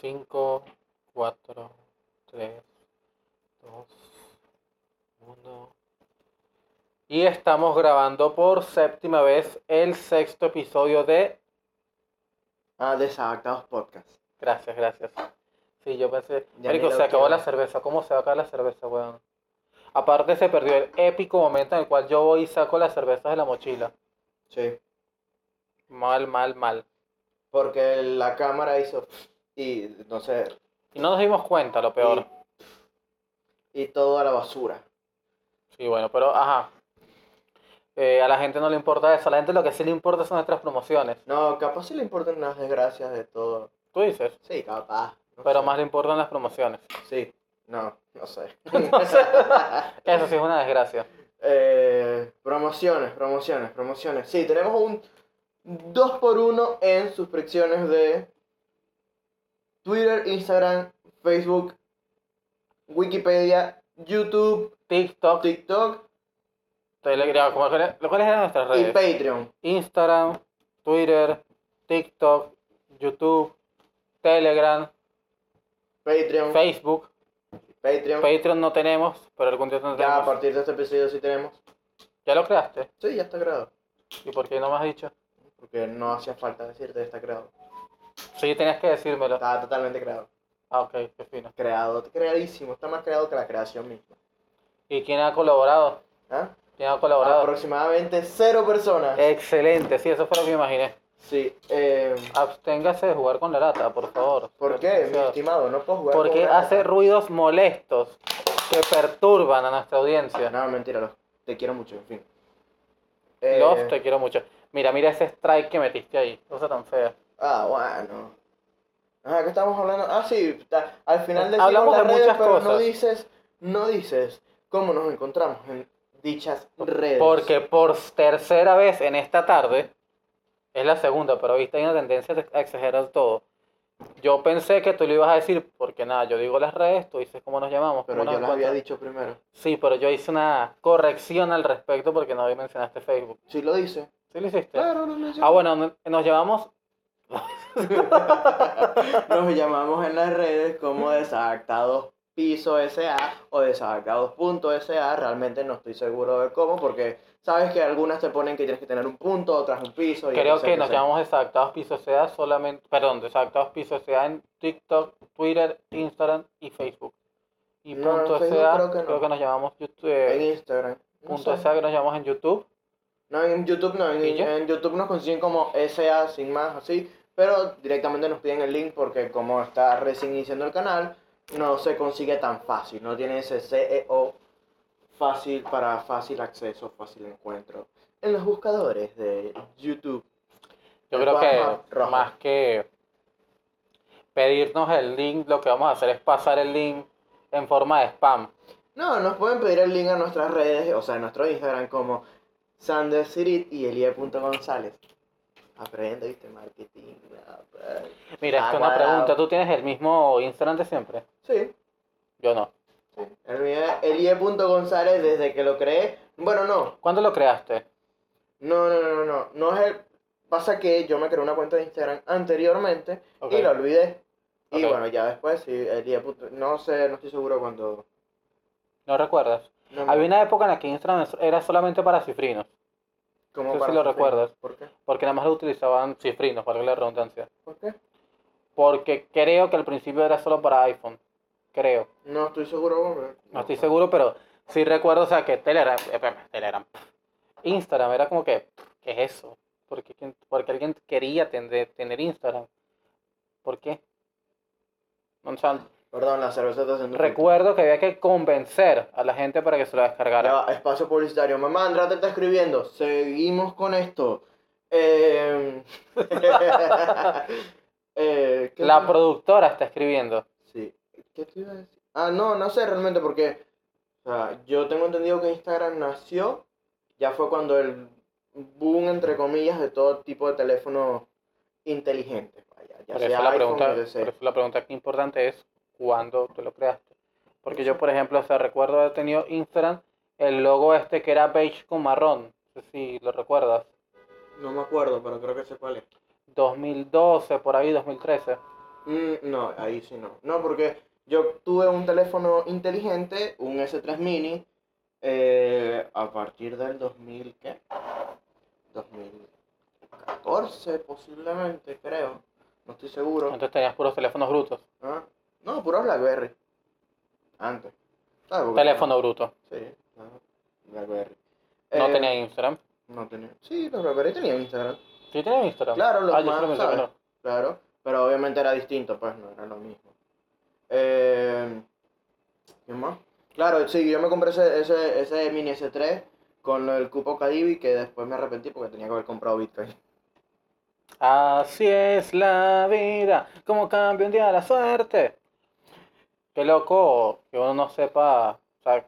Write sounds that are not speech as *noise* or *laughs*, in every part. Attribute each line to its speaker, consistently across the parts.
Speaker 1: 5, 4, 3, 2, 1. Y estamos grabando por séptima vez el sexto episodio de...
Speaker 2: Ah, desadaptados podcast.
Speaker 1: Gracias, gracias. Sí, yo pensé...
Speaker 2: Ya
Speaker 1: Marico,
Speaker 2: ni lo
Speaker 1: se acabó
Speaker 2: quiero.
Speaker 1: la cerveza. ¿Cómo se va a acabar la cerveza, weón? Aparte se perdió el épico momento en el cual yo voy y saco las cervezas de la mochila.
Speaker 2: Sí.
Speaker 1: Mal, mal, mal.
Speaker 2: Porque la cámara hizo y no sé.
Speaker 1: Y no nos dimos cuenta, lo peor.
Speaker 2: Y, y todo a la basura.
Speaker 1: Sí, bueno, pero ajá. Eh, a la gente no le importa eso. A la gente lo que sí le importa son nuestras promociones.
Speaker 2: No, capaz sí le importan las desgracias de todo.
Speaker 1: Tú dices,
Speaker 2: Sí, capaz. no
Speaker 1: pero
Speaker 2: sé.
Speaker 1: más le importan las promociones.
Speaker 2: Sí. No, no sé. *laughs*
Speaker 1: Eso sí es una desgracia.
Speaker 2: Eh, promociones, promociones, promociones. Sí, tenemos un 2x1 en suscripciones de Twitter, Instagram, Facebook, Wikipedia, YouTube,
Speaker 1: TikTok,
Speaker 2: TikTok
Speaker 1: Telegram, ¿cómo- ¿cuáles cuáles eran nuestras
Speaker 2: y
Speaker 1: redes?
Speaker 2: Patreon.
Speaker 1: Instagram, Twitter, TikTok, YouTube, Telegram,
Speaker 2: Patreon,
Speaker 1: Facebook.
Speaker 2: Patreon.
Speaker 1: Patreon no tenemos, pero algún día no
Speaker 2: Ya a
Speaker 1: tenemos.
Speaker 2: partir de este episodio sí tenemos.
Speaker 1: ¿Ya lo creaste?
Speaker 2: Sí, ya está creado.
Speaker 1: ¿Y por qué no me has dicho?
Speaker 2: Porque no hacía falta decirte, está creado.
Speaker 1: Sí, tenías que decírmelo.
Speaker 2: Está totalmente creado.
Speaker 1: Ah, ok, qué fino.
Speaker 2: Creado, creadísimo. Está más creado que la creación misma.
Speaker 1: ¿Y quién ha colaborado?
Speaker 2: ¿Ah?
Speaker 1: ¿Quién ha colaborado?
Speaker 2: Aproximadamente cero personas.
Speaker 1: Eh. Excelente, sí, eso fue lo que me imaginé.
Speaker 2: Sí, eh,
Speaker 1: Absténgase de jugar con la lata, por favor.
Speaker 2: ¿por qué, mi
Speaker 1: Demasiado.
Speaker 2: estimado? No puedo jugar. con
Speaker 1: Porque
Speaker 2: una
Speaker 1: hace
Speaker 2: gata.
Speaker 1: ruidos molestos que perturban a nuestra audiencia.
Speaker 2: No, mentira, los- te quiero mucho, en fin.
Speaker 1: Love,
Speaker 2: Eh,
Speaker 1: te quiero mucho. Mira, mira ese strike que metiste ahí. Cosa tan fea.
Speaker 2: Ah, bueno. Ajá, ¿qué estamos hablando? Ah, sí, ta- al final decimos
Speaker 1: Hablamos
Speaker 2: las
Speaker 1: de
Speaker 2: redes,
Speaker 1: muchas
Speaker 2: pero no
Speaker 1: cosas.
Speaker 2: dices, no dices cómo nos encontramos en dichas redes.
Speaker 1: Porque por tercera vez en esta tarde, es la segunda, pero viste, hay una tendencia a exagerar todo. Yo pensé que tú lo ibas a decir, porque nada, yo digo las redes, tú dices cómo nos llamamos.
Speaker 2: Pero
Speaker 1: cómo
Speaker 2: yo
Speaker 1: nos
Speaker 2: las había
Speaker 1: encuentran.
Speaker 2: dicho primero.
Speaker 1: Sí, pero yo hice una corrección al respecto porque no mencionaste Facebook.
Speaker 2: Sí lo dice.
Speaker 1: ¿Sí lo hiciste?
Speaker 2: Claro, no lo dice.
Speaker 1: Ah, bueno, no- nos llamamos.
Speaker 2: *laughs* Nos llamamos en las redes como desadaptados piso SA o desadaptados.sa. Realmente no estoy seguro de cómo, porque sabes que algunas te ponen que tienes que tener un punto, otras un piso. y
Speaker 1: Creo que
Speaker 2: etcétera,
Speaker 1: nos
Speaker 2: etcétera.
Speaker 1: llamamos Desadaptados Piso SEA solamente. Perdón, Desadaptados Piso SEA en TikTok, Twitter, Instagram y Facebook. Y
Speaker 2: No, en
Speaker 1: punto
Speaker 2: Facebook
Speaker 1: SEA, creo
Speaker 2: creo
Speaker 1: que,
Speaker 2: que no.
Speaker 1: nos llamamos YouTube. eh,
Speaker 2: En Instagram. No
Speaker 1: punto
Speaker 2: sé.
Speaker 1: SEA que nos llamamos en YouTube.
Speaker 2: No, en YouTube no, en,
Speaker 1: ¿Y ya?
Speaker 2: en YouTube nos consiguen como SA sin más, así, pero directamente nos piden el link porque como está recién iniciando el canal, no se consigue tan fácil, no tiene ese SEO fácil para fácil acceso, fácil encuentro en los buscadores de YouTube.
Speaker 1: Yo
Speaker 2: El
Speaker 1: creo
Speaker 2: barra
Speaker 1: que
Speaker 2: roja.
Speaker 1: más que pedirnos el link, lo que vamos a hacer es pasar el link en forma de spam.
Speaker 2: No, nos pueden pedir el link a nuestras redes, o sea, a nuestro Instagram como sandersirit y elie.gonzález. Aprende, viste, marketing. aprende.
Speaker 1: Mira,
Speaker 2: Ah,
Speaker 1: esto es una
Speaker 2: cuadrado.
Speaker 1: pregunta. ¿Tú tienes el mismo Instagram de siempre?
Speaker 2: Sí,
Speaker 1: Yo no.
Speaker 2: El mío es Elie.González desde que lo creé. Bueno, no.
Speaker 1: ¿Cuándo lo creaste?
Speaker 2: No, no, no, no, no. No es el... Pasa que yo me creé una cuenta de Instagram anteriormente
Speaker 1: Ok.
Speaker 2: y la olvidé. Y
Speaker 1: Ok.
Speaker 2: bueno, ya después sí, Elie. punto- No sé, no estoy seguro cuando...
Speaker 1: ¿No recuerdas?
Speaker 2: No, me-
Speaker 1: Había una época en la que Instagram era solamente para cifrinos,
Speaker 2: como
Speaker 1: no sé
Speaker 2: para
Speaker 1: si lo
Speaker 2: sufrir.
Speaker 1: recuerdas.
Speaker 2: ¿Por qué?
Speaker 1: porque nada más lo utilizaban cifrinos, para la redundancia.
Speaker 2: ¿Por qué?
Speaker 1: Porque creo que al principio era solo para iPhone, creo.
Speaker 2: No estoy seguro. hombre.
Speaker 1: No estoy seguro, pero sí recuerdo, o sea, que Telegram, eh, espérame, Telegram, Instagram era como que, ¿qué es eso? Porque, porque alguien quería tener, tener Instagram. ¿Por qué? O sea,
Speaker 2: Perdón, la cerveza está haciendo...
Speaker 1: recuerdo que había que convencer a la gente para que se lo descargara.
Speaker 2: Ya va, espacio publicitario. Mamá, Andrade está escribiendo. Seguimos con esto. Eh... *laughs* eh, ¿qué
Speaker 1: la
Speaker 2: más?
Speaker 1: productora está escribiendo.
Speaker 2: Sí. ¿Qué te iba a decir? Ah, no, no sé realmente porque o sea, yo tengo entendido que Instagram nació, ya fue cuando el boom, entre comillas, de todo tipo de teléfonos inteligentes. Vaya, ya
Speaker 1: Por eso,
Speaker 2: sea
Speaker 1: la
Speaker 2: iPhone,
Speaker 1: pregunta,
Speaker 2: yo qué sé.
Speaker 1: por eso la pregunta aquí importante es cuándo te lo creaste. Porque yo, por ejemplo, o sea, recuerdo haber tenido Instagram, el logo este que era beige con marrón, no sé si lo recuerdas,
Speaker 2: No me acuerdo, pero creo que sé cuál es.
Speaker 1: 2012, por ahí, 2013.
Speaker 2: Mm, no, ahí sí no. No, porque yo tuve un teléfono inteligente, un S3 mini, eh, a partir del 2000, ¿qué? 2014 posiblemente, creo. No estoy seguro.
Speaker 1: Entonces tenías puros teléfonos brutos.
Speaker 2: Ah, No, puro Blackberry. Antes. ¿Sabes? Porque-
Speaker 1: Teléfono bruto.
Speaker 2: Sí, claro, Blackberry.
Speaker 1: No
Speaker 2: Eh,
Speaker 1: tenía Instagram.
Speaker 2: No tenía. Sí, los Blackberry tenían Instagram.
Speaker 1: Sí tenía Instagram.
Speaker 2: Claro, los
Speaker 1: Ah, yo
Speaker 2: más,
Speaker 1: solo me
Speaker 2: ¿sabes?
Speaker 1: enteré.
Speaker 2: Claro, pero obviamente era distinto, pues no era lo mismo. Eh, ¿Qué más? Claro, sí, yo me compré ese, ese, ese mini S3 con el cupo Cadivi que después me arrepentí porque tenía que haber comprado Bitcoin. *laughs*
Speaker 1: Así es la vida, como cambia un día la suerte. Qué loco que uno no sepa o sea,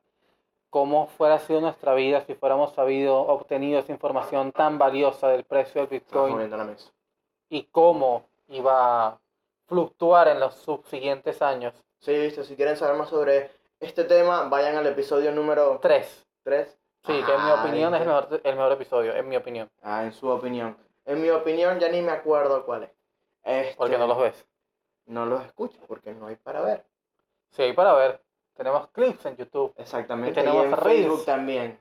Speaker 1: cómo fuera sido nuestra vida si fuéramos sabido, obtenido esa información tan valiosa del precio del
Speaker 2: Estamos
Speaker 1: Bitcoin
Speaker 2: moviendo la mesa.
Speaker 1: y cómo iba a fluctuar en los subsiguientes años.
Speaker 2: Sí, viste, si quieren saber más sobre este tema, vayan al episodio número
Speaker 1: Tres.
Speaker 2: 3.
Speaker 1: Sí, que en mi opinión es el mejor, el mejor episodio, en mi opinión,
Speaker 2: Ah, en su opinión. En mi opinión ya ni me acuerdo cuál es. Este,
Speaker 1: porque no los ves.
Speaker 2: no los escucho porque no hay para ver.
Speaker 1: Sí, para ver, tenemos clips en YouTube.
Speaker 2: Exactamente.
Speaker 1: Y tenemos
Speaker 2: y en
Speaker 1: Reels.
Speaker 2: Facebook también.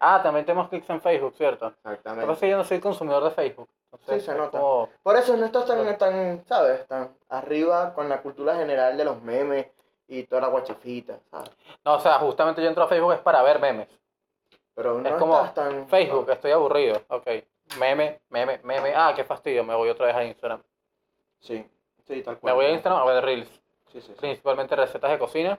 Speaker 1: Ah, también tenemos clips en Facebook, ¿cierto? Lo que
Speaker 2: Exactamente.
Speaker 1: pasa es que yo no soy consumidor de Facebook. entonces
Speaker 2: Sí, se
Speaker 1: es
Speaker 2: nota.
Speaker 1: como-
Speaker 2: Por eso no estás tan, tan, ¿sabes? Tan arriba con la cultura general de los memes y toda la guachafita, ¿sabes?
Speaker 1: No, o sea, justamente yo entro a Facebook es para ver memes.
Speaker 2: Pero no
Speaker 1: Es como
Speaker 2: estás tan...
Speaker 1: Facebook, estoy aburrido. Ok. Meme, meme, meme. Ah, qué fastidio. Me voy otra vez a Instagram.
Speaker 2: Sí, sí, tal
Speaker 1: Me
Speaker 2: cual.
Speaker 1: voy a Instagram a ver Reels.
Speaker 2: Sí, sí, sí.
Speaker 1: Principalmente recetas de cocina.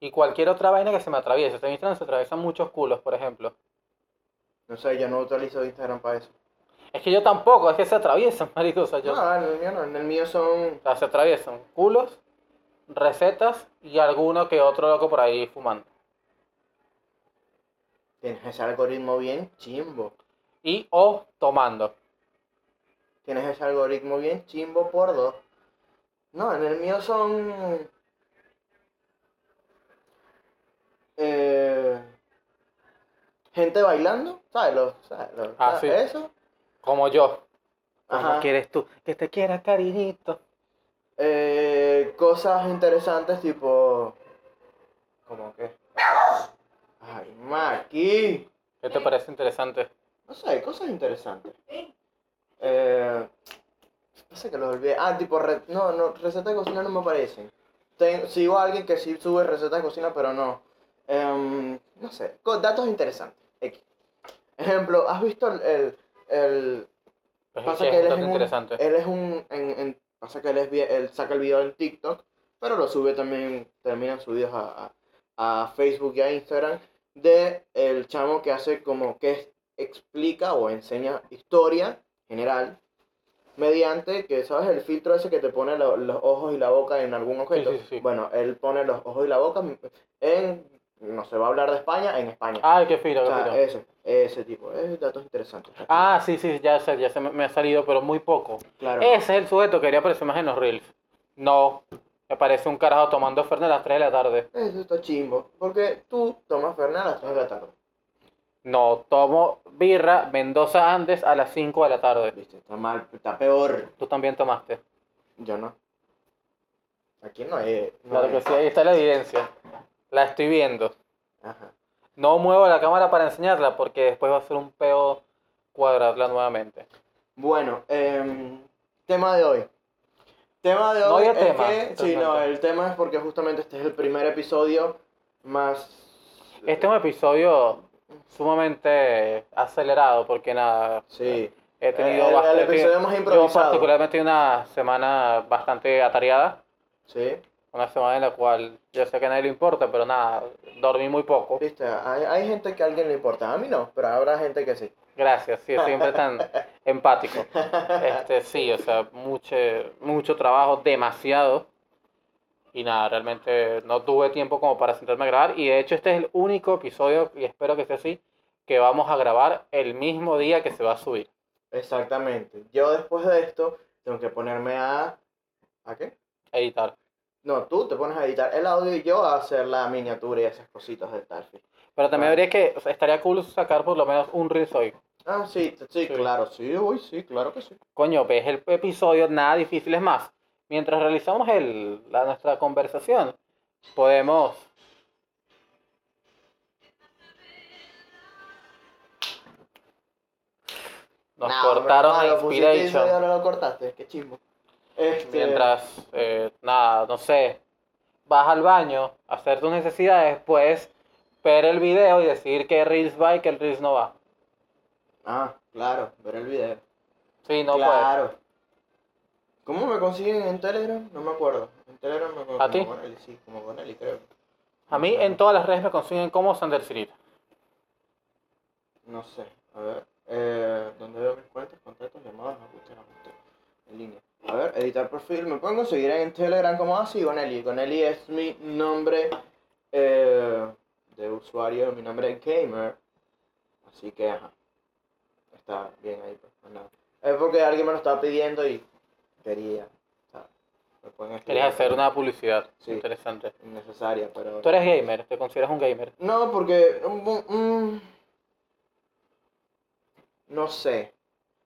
Speaker 1: Y cualquier otra vaina que se me atraviese. O sea, En Instagram se atraviesan muchos culos, por ejemplo.
Speaker 2: No sé, yo no utilizo Instagram para eso.
Speaker 1: Es que yo tampoco, es que se atraviesan, *laughs* marico. O sea, yo-
Speaker 2: No, en el mío no. En el mío son...
Speaker 1: o sea, se atraviesan culos, recetas y alguno que otro loco por ahí fumando.
Speaker 2: Tienes ese algoritmo bien chimbo.
Speaker 1: Y o tomando.
Speaker 2: Tienes ese algoritmo bien chimbo por dos. No, en el mío son. eh, gente bailando, ¿sabes? Los, ¿sabes? Los-
Speaker 1: Ah,
Speaker 2: ¿sabes?
Speaker 1: sí.
Speaker 2: Eso.
Speaker 1: Como yo. Como
Speaker 2: Ajá.
Speaker 1: quieres tú. Que te quiera, cariñito.
Speaker 2: Eh, cosas interesantes tipo. ¿Cómo qué? Ay, Maki.
Speaker 1: ¿Qué te parece interesante?
Speaker 2: No sé, cosas interesantes. Eh, pasa que los olvidé. Ah, tipo, re- no, no, recetas de cocina no me aparecen. Ten- sigo a alguien que sí sube recetas de cocina, pero no. Em, no sé, co- datos interesantes. X. Ejemplo, ¿has visto el... el, el-
Speaker 1: Pues
Speaker 2: pasa
Speaker 1: sí,
Speaker 2: que
Speaker 1: es
Speaker 2: él es,
Speaker 1: un dato
Speaker 2: en un-
Speaker 1: interesante.
Speaker 2: él es un... en- en- pasa que él, es, vie- él saca el video en TikTok, pero lo sube también, terminan subidos a, a, a Facebook y a Instagram, de el chamo que hace como que es- explica o enseña historia general mediante que, ¿sabes? El filtro ese que te pone lo- los ojos y la boca en algún objeto.
Speaker 1: sí, sí.
Speaker 2: Bueno, él pone los ojos y la boca en, no se va a hablar de España, en España.
Speaker 1: Ay, Ah, qué fino,
Speaker 2: O
Speaker 1: qué
Speaker 2: sea,
Speaker 1: fino.
Speaker 2: ese, ese tipo, es datos interesantes.
Speaker 1: Ah, sí, sí, ya sé, ya se me, me ha salido, pero muy poco.
Speaker 2: claro.
Speaker 1: Ese es el sujeto que quería aparecer más en los reels. No, me parece un carajo tomando Fernet a las 3 de la tarde.
Speaker 2: Eso está chimbo, porque tú tomas Fernet a las 3 de la tarde.
Speaker 1: No, tomo birra Mendoza Andes a las 5 de la tarde.
Speaker 2: Viste, está mal, está peor.
Speaker 1: Tú también tomaste.
Speaker 2: Yo no. Aquí no hay. no
Speaker 1: Claro
Speaker 2: hay-
Speaker 1: que sí, ahí está la evidencia. La estoy viendo.
Speaker 2: Ajá.
Speaker 1: No muevo la cámara para enseñarla porque después va a ser un peo cuadrarla nuevamente.
Speaker 2: Bueno, em, tema de hoy. Tema de hoy.
Speaker 1: No había
Speaker 2: es
Speaker 1: tema,
Speaker 2: que- sí, no,
Speaker 1: realmente.
Speaker 2: el tema es porque justamente este es el primer episodio más.
Speaker 1: Este es un episodio sumamente acelerado porque nada,
Speaker 2: Sí. Eh,
Speaker 1: He tenido
Speaker 2: El- el
Speaker 1: bastante.
Speaker 2: episodio más
Speaker 1: Yo
Speaker 2: improvisado.
Speaker 1: particularmente una semana bastante atareada,
Speaker 2: Sí.
Speaker 1: una semana en la cual yo sé que a nadie le importa, pero nada, dormí muy poco.
Speaker 2: Viste, hay, hay gente que a alguien le importa. A mí no, pero habrá gente que sí.
Speaker 1: Gracias, sí, siempre tan empático. Este, sí, o sea, mucho, mucho trabajo, demasiado. Y nada, realmente no tuve tiempo como para sentarme a grabar. Y de hecho este es el único episodio, y espero que sea así, que vamos a grabar el mismo día que se va a subir.
Speaker 2: Exactamente. Yo después de esto tengo que ponerme a. ¿A qué?
Speaker 1: Editar.
Speaker 2: No, tú te pones a editar el audio y yo a hacer la miniatura y esas cositas de Starfish.
Speaker 1: Pero también
Speaker 2: Vale.
Speaker 1: habría que, o sea, estaría cool sacar por lo menos un reel hoy.
Speaker 2: Ah, sí, t- sí,
Speaker 1: Sí.
Speaker 2: claro, sí, uy, sí, claro que sí.
Speaker 1: Coño, ves el episodio, nada difícil es más. Mientras realizamos el, la, nuestra conversación, podemos... Nos
Speaker 2: Nah, hombre,
Speaker 1: cortaron
Speaker 2: ah,
Speaker 1: a
Speaker 2: lo pusiste y
Speaker 1: Inspiration.
Speaker 2: ya no lo cortaste, qué chismo. Este,
Speaker 1: Mientras, eh, nada, no sé, vas al baño a hacer tus necesidades, puedes ver el video y decidir que Reels va y que el Reels no va.
Speaker 2: Ah, claro, ver el video.
Speaker 1: Sí, no pues.
Speaker 2: claro. ¿Cómo me consiguen en Telegram? No me acuerdo. En Telegram me acuerdo.
Speaker 1: ¿A
Speaker 2: como
Speaker 1: ti?
Speaker 2: Bonelli, sí, como Bonelli, creo.
Speaker 1: puedes. A mí en todas las redes me consiguen como Sander Cirit.
Speaker 2: No sé, a ver. Eh, ¿Dónde veo mis cuentas, contactos, llamadas, ajustes, ajustes? En línea. A ver, editar perfil. Me pueden conseguir en Telegram como así, Gonelli. Gonelli es mi nombre eh, de usuario, mi nombre es gamer. Así que, ajá. Está bien ahí, pues, más nada. Es porque alguien me lo estaba pidiendo y quería. o sea, me pueden escribir.
Speaker 1: Quieres hacer una publicidad
Speaker 2: Sí.
Speaker 1: interesante.
Speaker 2: Innecesaria, pero.
Speaker 1: Tú eres gamer, te consideras un gamer.
Speaker 2: No, porque. mm, mm, no sé.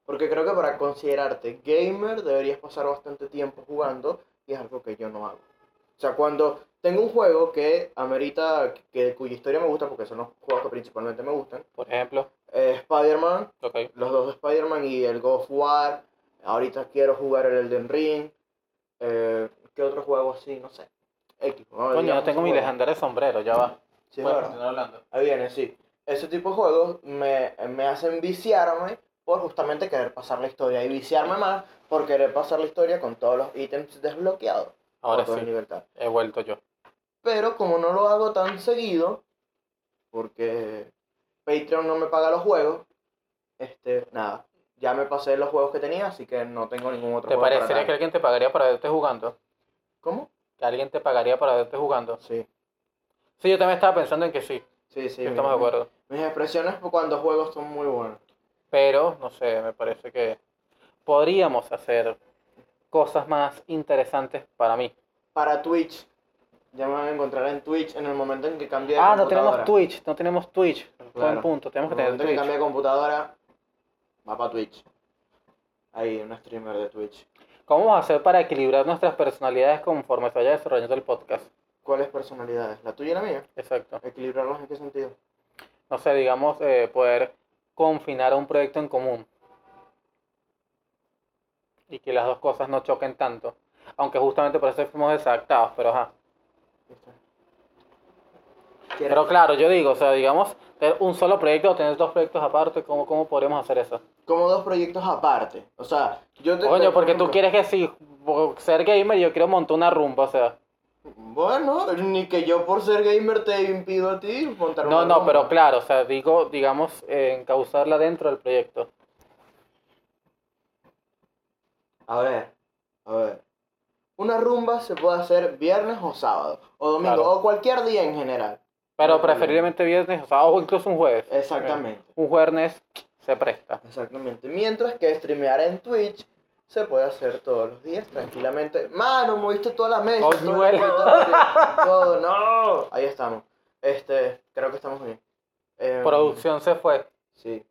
Speaker 2: Porque creo que para considerarte gamer deberías pasar bastante tiempo jugando y es algo que yo no hago. O sea, cuando tengo un juego que amerita, que, cuya historia me gusta, porque son los juegos que principalmente me gustan,
Speaker 1: Por ejemplo,
Speaker 2: eh, Spider-Man,
Speaker 1: ok.
Speaker 2: los dos de Spider-Man y el God of War, ahorita quiero jugar el Elden Ring, eh, ¿qué otro juego así? No sé. X.
Speaker 1: Coño, no tengo mi legendario sombrero, ya va.
Speaker 2: Sí, es
Speaker 1: Bueno,
Speaker 2: verdad.
Speaker 1: continúa hablando.
Speaker 2: Ahí viene, sí. Ese tipo de juegos me, me hacen viciarme por justamente querer pasar la historia. Y viciarme más por querer pasar la historia con todos los ítems desbloqueados.
Speaker 1: Ahora
Speaker 2: por todo el
Speaker 1: sí,
Speaker 2: nivel tal.
Speaker 1: he vuelto yo.
Speaker 2: Pero como no lo hago tan seguido, porque Patreon no me paga los juegos, este, nada. Ya me pasé los juegos que tenía, así que no tengo ningún otro
Speaker 1: ¿Te
Speaker 2: juego. para
Speaker 1: parecería que
Speaker 2: nada.
Speaker 1: alguien te pagaría para verte jugando?
Speaker 2: ¿Cómo?
Speaker 1: ¿Que alguien te pagaría para verte jugando?
Speaker 2: Sí.
Speaker 1: Sí, yo también estaba pensando en que sí,
Speaker 2: Sí, sí.
Speaker 1: que estamos de
Speaker 2: mi-
Speaker 1: acuerdo.
Speaker 2: Mis expresiones cuando juego son muy buenas.
Speaker 1: Pero, no sé, me parece que podríamos hacer cosas más interesantes para mí.
Speaker 2: para Twitch. Ya me van a encontrar en Twitch en el momento en que cambie de
Speaker 1: Ah, no tenemos
Speaker 2: computadora.
Speaker 1: Twitch, no tenemos Twitch.
Speaker 2: Claro.
Speaker 1: Buen punto,
Speaker 2: En el
Speaker 1: tenemos que tener
Speaker 2: momento en que cambie
Speaker 1: Twitch.
Speaker 2: de computadora, va para Twitch. Ahí, un streamer de Twitch.
Speaker 1: ¿Cómo vamos a hacer para equilibrar nuestras personalidades conforme se vaya desarrollando el podcast?
Speaker 2: ¿Cuáles personalidades? ¿La tuya y la mía?
Speaker 1: Exacto.
Speaker 2: ¿Equilibrarlas en qué sentido?
Speaker 1: No sé, digamos, eh, poder confinar a un proyecto en común. Y que las dos cosas no choquen tanto. Aunque justamente por eso fuimos desadaptados, pero ajá.
Speaker 2: ¿Quieres?
Speaker 1: Pero claro, yo digo, o sea, digamos, tener un solo proyecto o tener dos proyectos aparte, ¿cómo, cómo podríamos hacer eso?
Speaker 2: Como dos proyectos aparte. O sea, yo te.
Speaker 1: Coño,
Speaker 2: por
Speaker 1: porque tú
Speaker 2: ejemplo-
Speaker 1: quieres que sí, por ser gamer, yo quiero montar una rumba, o sea.
Speaker 2: Bueno, ni que yo por ser gamer te impido a ti montar
Speaker 1: No,
Speaker 2: una
Speaker 1: no,
Speaker 2: ronda.
Speaker 1: pero claro, o sea, digo, digamos, eh, encauzarla dentro del proyecto.
Speaker 2: A ver, a ver. Una rumba se puede hacer viernes o sábado, o domingo,
Speaker 1: Claro.
Speaker 2: o cualquier día en general.
Speaker 1: Pero
Speaker 2: Está bien.
Speaker 1: preferiblemente viernes, o sea, o incluso un jueves.
Speaker 2: Eh. Exactamente.
Speaker 1: Un jueves se presta.
Speaker 2: Exactamente. Mientras que streamear en Twitch se puede hacer todos los días tranquilamente. Mano, moviste toda la mesa.
Speaker 1: Oh,
Speaker 2: todo el
Speaker 1: duele. *laughs*
Speaker 2: escritorio, todo, no. Ahí estamos. Este, creo que estamos bien. Em,
Speaker 1: Producción se fue.
Speaker 2: Sí.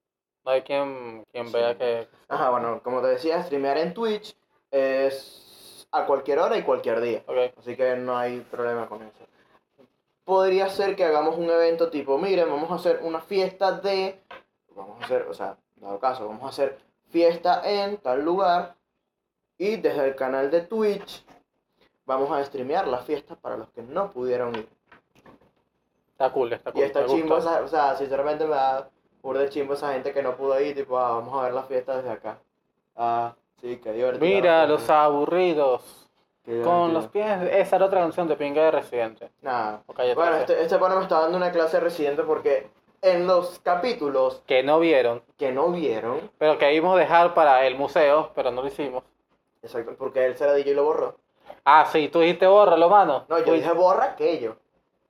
Speaker 1: No hay quien, quien
Speaker 2: Sí.
Speaker 1: vea que...
Speaker 2: Ajá, bueno, como te decía, streamear en Twitch es a cualquier hora y cualquier día.
Speaker 1: Ok,
Speaker 2: Así que no hay problema con eso. Podría ser que hagamos un evento tipo, miren, vamos a hacer una fiesta de, vamos a hacer, o sea, dado caso, vamos a hacer fiesta en tal lugar y desde el canal de Twitch vamos a streamear la fiesta para los que no pudieron ir.
Speaker 1: está cool, está cool.
Speaker 2: Y está
Speaker 1: me gustó.
Speaker 2: chimbo, esa- o sea, sinceramente me da burda de chimbo esa gente que no pudo ir, tipo, ah, vamos a ver la fiesta desde acá. Ah, sí, qué divertido.
Speaker 1: Mira, los aburridos.
Speaker 2: Qué
Speaker 1: Con los
Speaker 2: divertido.
Speaker 1: pies... Esa era otra canción de Pinga de Residente.
Speaker 2: Nah,
Speaker 1: O cállate,
Speaker 2: Bueno,
Speaker 1: no sé.
Speaker 2: este, este pana me está dando una clase de residente porque en los capítulos
Speaker 1: Que no vieron,
Speaker 2: que no vieron,
Speaker 1: pero que íbamos a dejar para el museo, pero no lo hicimos.
Speaker 2: exacto, porque él se la DJ y lo borró.
Speaker 1: Ah, sí, tú dijiste bórralo, mano.
Speaker 2: No,
Speaker 1: Tú
Speaker 2: yo dije borra aquello.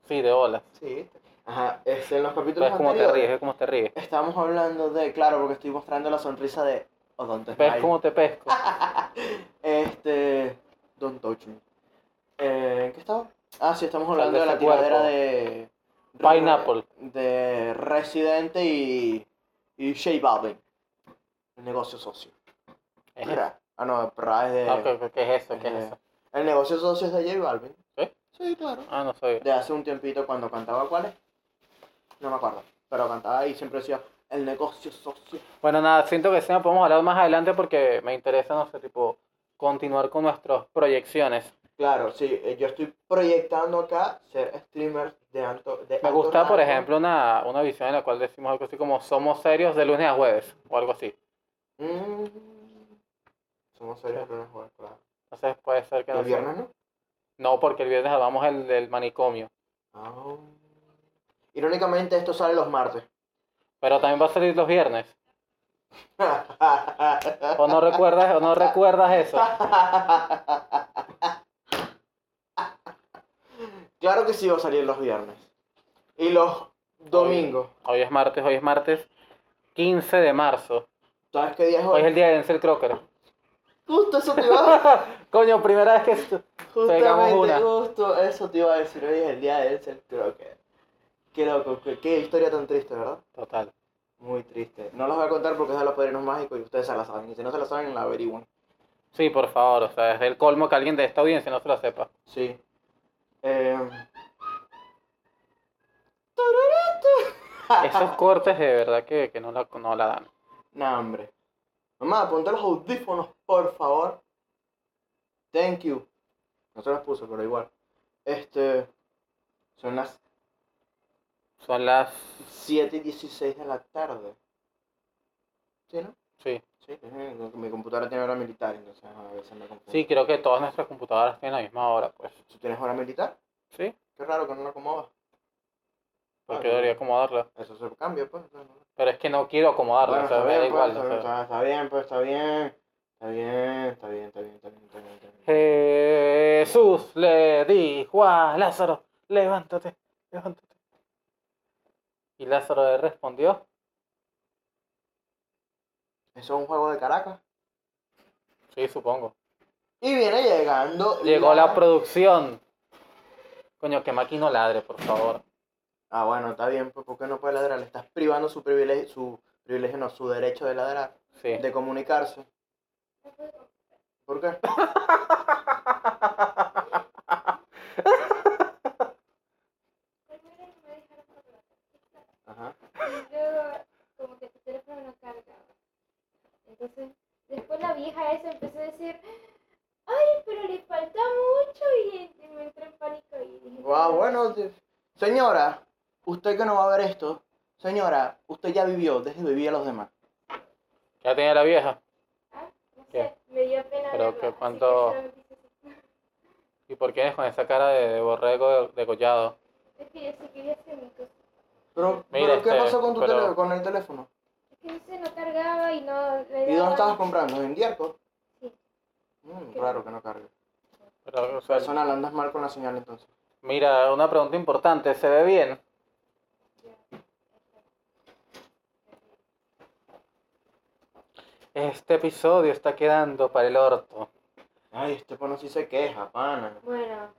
Speaker 1: Sí, de olas.
Speaker 2: Sí. Ajá, este, en los capítulos
Speaker 1: ¿Ves cómo Pues, te ríes?
Speaker 2: anteriores
Speaker 1: ¿Ves cómo te ríes?
Speaker 2: estamos hablando de, claro, porque estoy mostrando la sonrisa de Odonte
Speaker 1: ¿Ves cómo te
Speaker 2: *laughs*
Speaker 1: pesco?
Speaker 2: Este, Don't Touch Me. Eh, ¿en ¿Qué estaba? Ah, sí, estamos
Speaker 1: Sal de
Speaker 2: hablando de la
Speaker 1: ese cuerpo.
Speaker 2: tiradera de...
Speaker 1: Pineapple.
Speaker 2: De Residente y... y Shea Balvin. El negocio socio.
Speaker 1: Es eso.
Speaker 2: Ra. Ah, no, Ra es de.
Speaker 1: Ah, ok, ok, ¿Qué es eso? ¿Qué es
Speaker 2: eh,
Speaker 1: eso?
Speaker 2: El negocio socio es de J Balvin.
Speaker 1: ¿Sí?
Speaker 2: Sí, claro.
Speaker 1: Ah, no soy.
Speaker 2: De hace un tiempito cuando cantaba cuáles. No me acuerdo. Pero cantaba y siempre decía, el negocio socio.
Speaker 1: Bueno, nada, siento que sí, nos podemos hablar más adelante porque me interesa, no sé, tipo, continuar con nuestras proyecciones.
Speaker 2: Claro, sí, eh, yo estoy proyectando acá ser streamer de alto. De
Speaker 1: Me
Speaker 2: alto
Speaker 1: gusta, por
Speaker 2: rango.
Speaker 1: ejemplo, una, una visión en la cual decimos algo así como somos serios de lunes a jueves o algo así.
Speaker 2: Mm. somos serios, pero no jueves, claro.
Speaker 1: Entonces puede ser que
Speaker 2: ¿Y
Speaker 1: no
Speaker 2: ¿El
Speaker 1: sé.
Speaker 2: viernes no?
Speaker 1: No, porque el viernes hablamos el del manicomio.
Speaker 2: Ah. Irónicamente, esto sale los martes. *laughs*
Speaker 1: Pero también va a salir los viernes. ¿O no recuerdas,
Speaker 2: *laughs*
Speaker 1: o no recuerdas eso?
Speaker 2: *laughs* Claro que sí va a salir los viernes. Y los domingos.
Speaker 1: Hoy es martes, hoy es martes 15 de marzo.
Speaker 2: ¿Sabes qué día es
Speaker 1: Hoy
Speaker 2: hoy?
Speaker 1: es el día de Denzel Crocker. *laughs*
Speaker 2: Justo eso te iba a
Speaker 1: Coño, primera vez que... estu- Pegamos una.
Speaker 2: Justamente, justo eso te iba a decir. Hoy es el día de Edsel Crocker. Qué loco, qué, qué historia tan triste, ¿verdad?
Speaker 1: Total.
Speaker 2: Muy triste. No las voy a contar porque es de los padrinos mágicos y ustedes se la saben. Y si no se la saben, la averiguan.
Speaker 1: Sí, por favor, o sea, es el colmo que alguien de esta audiencia no se lo sepa.
Speaker 2: Sí. Eh... *laughs*
Speaker 1: Esos cortes de verdad que, que no, la, no la dan.
Speaker 2: Nah, hombre. Mamá, ponte los audífonos, por favor. Thank you. No se los puse, pero igual. Este. Son las
Speaker 1: Son las...
Speaker 2: 7 y 16 de la tarde. ¿Sí, no?
Speaker 1: Sí.
Speaker 2: Sí, eh, no, que mi computadora tiene hora militar, entonces a veces me confundo.
Speaker 1: Sí, creo que todas nuestras computadoras tienen la misma hora, pues.
Speaker 2: ¿Tú tienes hora militar?
Speaker 1: Sí,
Speaker 2: Qué raro que no la acomodas.
Speaker 1: porque
Speaker 2: Ah,
Speaker 1: debería acomodarla.
Speaker 2: Eso se cambia, pues. entonces no-
Speaker 1: Ah, Pero es que no quiero acomodarla,
Speaker 2: Bueno,
Speaker 1: o sea,
Speaker 2: está
Speaker 1: me da
Speaker 2: bien, pues,
Speaker 1: igual. o
Speaker 2: está
Speaker 1: sea.
Speaker 2: bien, está- está bien, pues, está bien. Está bien, está bien, está bien, está bien, está bien, está bien.
Speaker 1: Jesús le dijo a Lázaro, levántate, levántate. Y Lázaro le respondió,
Speaker 2: Eso es un juego de Caracas.
Speaker 1: sí, supongo.
Speaker 2: Y viene llegando.
Speaker 1: Llegó la producción. Coño, que Maki no ladre, por favor.
Speaker 2: Ah, bueno, está bien, pues ¿por qué no puede ladrar? Le estás privando su privilegio, su privilegio no, su derecho de ladrar,
Speaker 1: Sí.
Speaker 2: de comunicarse. ¿Por qué? Ajá.
Speaker 3: Luego, como que tu teléfono no cargaba. Entonces, después la vieja esa empezó a decir, "Ah, pues, ay, pero le falta mucho y, y me entré en pánico y dije,
Speaker 2: Ah, bueno, te- señora, usted que no va a ver esto, señora, usted ya vivió, deje vivir a los demás.
Speaker 1: Ya tenía la vieja.
Speaker 3: Ah, no sé,
Speaker 1: ¿Qué?
Speaker 3: me dio pena
Speaker 1: Pero
Speaker 3: verla,
Speaker 1: que
Speaker 3: así
Speaker 1: cuánto-
Speaker 3: solamente hice así.
Speaker 1: ¿Y por qué es con esa cara de, de borrego de- degollado?
Speaker 3: Es que yo sí quería hacer mi cosa.
Speaker 2: Pero,
Speaker 1: Mira,
Speaker 2: ¿pero ¿qué
Speaker 1: este,
Speaker 2: pasó con tu
Speaker 1: pero-
Speaker 2: teléfono, con el teléfono?
Speaker 3: Es que no sé, no cargaba y no le
Speaker 2: ¿Y
Speaker 3: daba-
Speaker 2: dónde estabas comprando? ¿En Dierco?
Speaker 3: Sí.
Speaker 2: Mm, raro que no cargue.
Speaker 1: Pero, o sea,
Speaker 2: Personal, andas mal con la señal entonces.
Speaker 1: mira, una pregunta importante, ¿se ve bien? Este episodio está quedando para el orto.
Speaker 2: Ay, este pano sí se queja, pana.
Speaker 3: Bueno,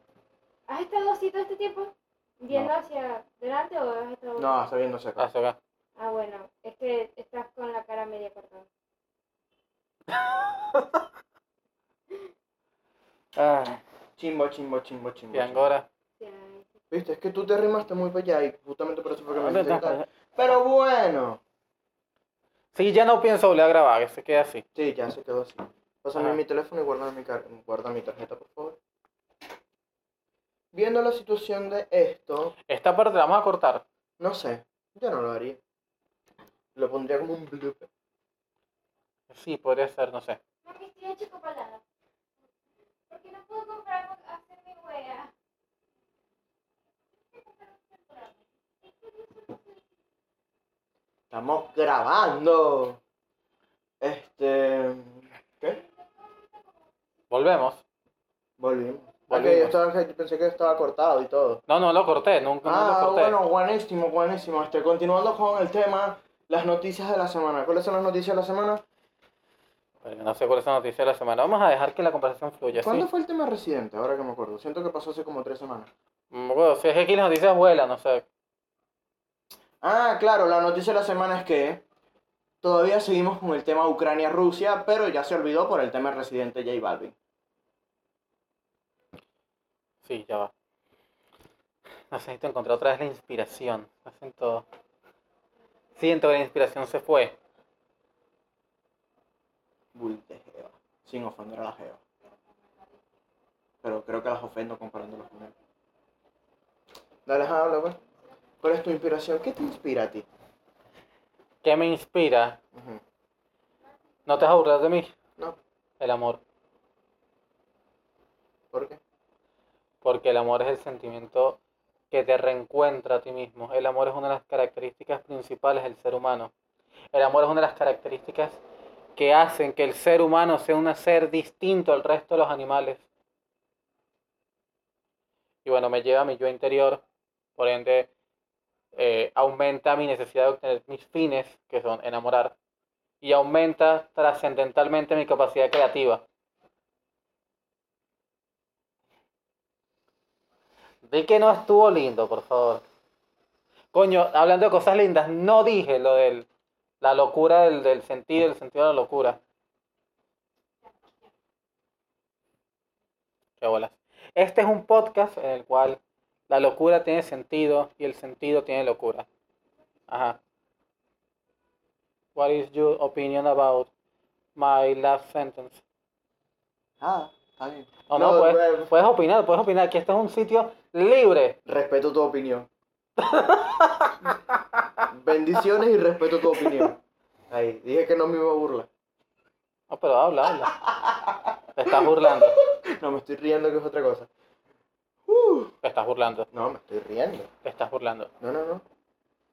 Speaker 3: ¿has estado así todo este tiempo? ¿Viendo hacia adelante o has estado...?
Speaker 2: No, está bien, no se
Speaker 1: Ah,
Speaker 2: queja.
Speaker 1: se ve.
Speaker 3: Ah, bueno, es que estás con la cara media cortada.
Speaker 1: Ah,
Speaker 2: Chimbo, chimbo, chimbo, chimbo.
Speaker 1: y
Speaker 2: chimbo.
Speaker 1: Angora.
Speaker 3: Ya,
Speaker 2: Viste, es que tú te rimaste muy para allá y justamente por eso porque me hiciste tal.
Speaker 1: Si
Speaker 2: Pero bueno.
Speaker 1: Sí, ya no pienso volver a grabar, que se quede así.
Speaker 2: Sí, ya se quedó así. Pásame
Speaker 1: Ajá.
Speaker 2: mi teléfono y guarda mi, car- guarda mi tarjeta, por favor. Viendo la situación de esto,
Speaker 1: Esta parte la vamos a cortar.
Speaker 2: no sé, yo no lo haría. Lo pondría como un blooper.
Speaker 1: Sí, podría ser, no sé.
Speaker 3: Porque estoy hecho copalada. Porque no puedo comprar para hacer mi hueá.
Speaker 2: Estamos grabando. Este. ¿Qué?
Speaker 1: Volvemos.
Speaker 2: Volvimos. Ok,
Speaker 1: Volvimos.
Speaker 2: yo estaba, yo pensé que estaba cortado y todo.
Speaker 1: No, no lo corté, nunca no lo
Speaker 2: Ah,
Speaker 1: corté.
Speaker 2: bueno, buenísimo, buenísimo. Este, continuando con el tema, las noticias de la semana. ¿Cuáles son las noticias de la semana?
Speaker 1: Pero no sé cuál es la noticia de la semana. Vamos a dejar que la conversación fluya,
Speaker 2: ¿Cuándo
Speaker 1: sí.
Speaker 2: fue el tema residente? Ahora que me acuerdo. Siento que pasó hace como tres semanas.
Speaker 1: Mm, Bueno, si es que aquí las noticias vuelan, no sé.
Speaker 2: Ah, claro, la noticia de la semana es que Todavía seguimos con el tema Ucrania-Rusia, pero ya se olvidó por el tema del residente J Balvin.
Speaker 1: Sí, ya va. Necesito encontrar otra vez la inspiración. Hacen todo. Siento que la inspiración se fue.
Speaker 2: Bull de Jeva. Sin ofender a la Jeva. Pero creo que las ofendo comparándolos con él. Dale, ajá, habla, pues. ¿Cuál es tu inspiración? ¿Qué te inspira a ti?
Speaker 1: ¿Qué me inspira?
Speaker 2: Ujú.
Speaker 1: ¿No te vas a burlar de mí?
Speaker 2: No,
Speaker 1: El amor.
Speaker 2: ¿por qué?
Speaker 1: Porque el amor es el sentimiento que te reencuentra a ti mismo. El amor es una de las características principales del ser humano. El amor es una de las características que hacen que el ser humano sea un ser distinto al resto de los animales. Y bueno, me lleva a mi yo interior, por ende, eh, aumenta mi necesidad de obtener mis fines, que son enamorar, y aumenta trascendentalmente mi capacidad creativa. Di que no estuvo lindo, por favor. Coño, hablando de cosas lindas, no dije lo del la locura del, del sentido, el sentido de la locura. Qué bolas. Este es un podcast en el cual la locura tiene sentido y el sentido tiene locura. Ajá. What is your opinion about my last sentence?
Speaker 2: Ah, está bien.
Speaker 1: No, no,
Speaker 2: eh,
Speaker 1: puedes, puedes opinar, puedes opinar que este es un sitio libre.
Speaker 2: Respeto tu opinión. Bendiciones y respeto tu opinión. Ahí, dije que no me iba a burlar.
Speaker 1: No, pero habla, habla. Te estás burlando,
Speaker 2: No, me estoy riendo que es otra cosa.
Speaker 1: te estás burlando,
Speaker 2: No, me estoy riendo.
Speaker 1: te estás burlando.
Speaker 2: No, no, no.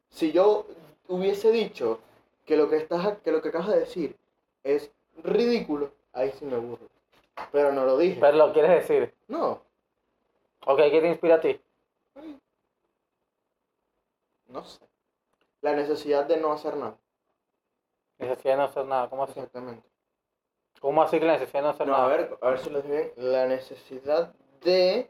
Speaker 2: Si yo hubiese dicho que lo que, estás, que lo que acabas de decir es ridículo, ahí sí me burlo. Pero no lo dije.
Speaker 1: Pero lo quieres decir.
Speaker 2: No,
Speaker 1: Ok, ¿qué te inspira a ti?
Speaker 2: no sé. La necesidad de no hacer nada.
Speaker 1: Necesidad de no hacer nada, ¿cómo así?
Speaker 2: Exactamente.
Speaker 1: ¿Cómo así que la necesidad de no hacer
Speaker 2: No,
Speaker 1: nada?
Speaker 2: a ver, a ver si lo dije bien. La necesidad de.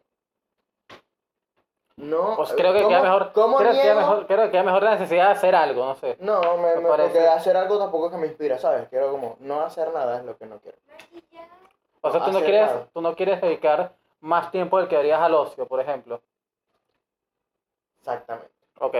Speaker 2: No.
Speaker 1: Pues creo que
Speaker 2: ¿cómo-
Speaker 1: queda mejor,
Speaker 2: ¿Cómo
Speaker 1: creo que queda
Speaker 2: niego?
Speaker 1: mejor, creo que queda mejor la necesidad de hacer algo, no sé.
Speaker 2: No, me,
Speaker 1: Me
Speaker 2: me-
Speaker 1: parece.
Speaker 2: porque hacer algo tampoco es que me inspira, ¿sabes? Quiero como no hacer nada es lo que no quiero.
Speaker 3: Maquillaje.
Speaker 1: O sea,
Speaker 2: No,
Speaker 1: tú no
Speaker 2: hacer
Speaker 1: quieres,
Speaker 2: nada.
Speaker 1: tú no quieres dedicar más tiempo del que darías al ocio, por ejemplo.
Speaker 2: Exactamente.
Speaker 1: Ok.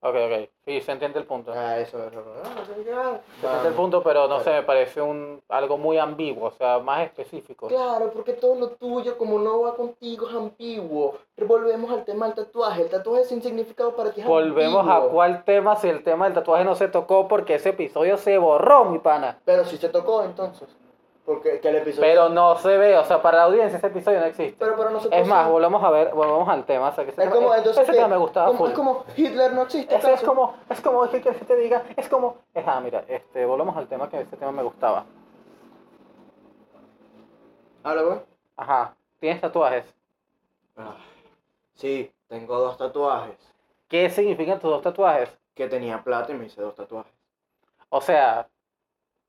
Speaker 1: Ok, ok. Sí, se entiende el punto.
Speaker 2: Ah, eso es lo que. Ah, no sé qué va.
Speaker 1: Se entiende el
Speaker 2: Vamos.
Speaker 1: punto, pero no
Speaker 2: Ah, Claro.
Speaker 1: sé, me parece un algo muy ambiguo, o sea, más específico.
Speaker 2: Claro, porque todo lo tuyo, como no va contigo, es ambiguo. Volvemos al tema del tatuaje. El tatuaje sin significado para ti es
Speaker 1: Volvemos a
Speaker 2: ambiguo.
Speaker 1: cuál tema si el tema del tatuaje no se tocó porque ese episodio se borró, mi pana.
Speaker 2: Pero si se tocó, entonces. Porque que el episodio.
Speaker 1: Pero no se ve, o sea, para la audiencia ese episodio no existe.
Speaker 2: pero, pero no se
Speaker 1: Es
Speaker 2: puso.
Speaker 1: más, volvamos a ver, volvamos al tema. O sea, que ese
Speaker 2: Es
Speaker 1: tema- eh,
Speaker 2: como, entonces.
Speaker 1: ese
Speaker 2: ¿qué?
Speaker 1: tema me gustaba.
Speaker 2: Como- este
Speaker 1: full.
Speaker 2: Es como Hitler no existe.
Speaker 1: Ese es
Speaker 2: ¿acaso?
Speaker 1: como, es como, es que quieres que te diga, es como, es, ah, mira, este, volvamos al tema que ese tema me gustaba.
Speaker 2: Ahora, güey.
Speaker 1: Ajá, ¿tienes tatuajes?
Speaker 2: Ah, Sí, tengo dos tatuajes.
Speaker 1: ¿Qué significan tus dos tatuajes?
Speaker 2: Que tenía plata y me hice dos tatuajes.
Speaker 1: O sea,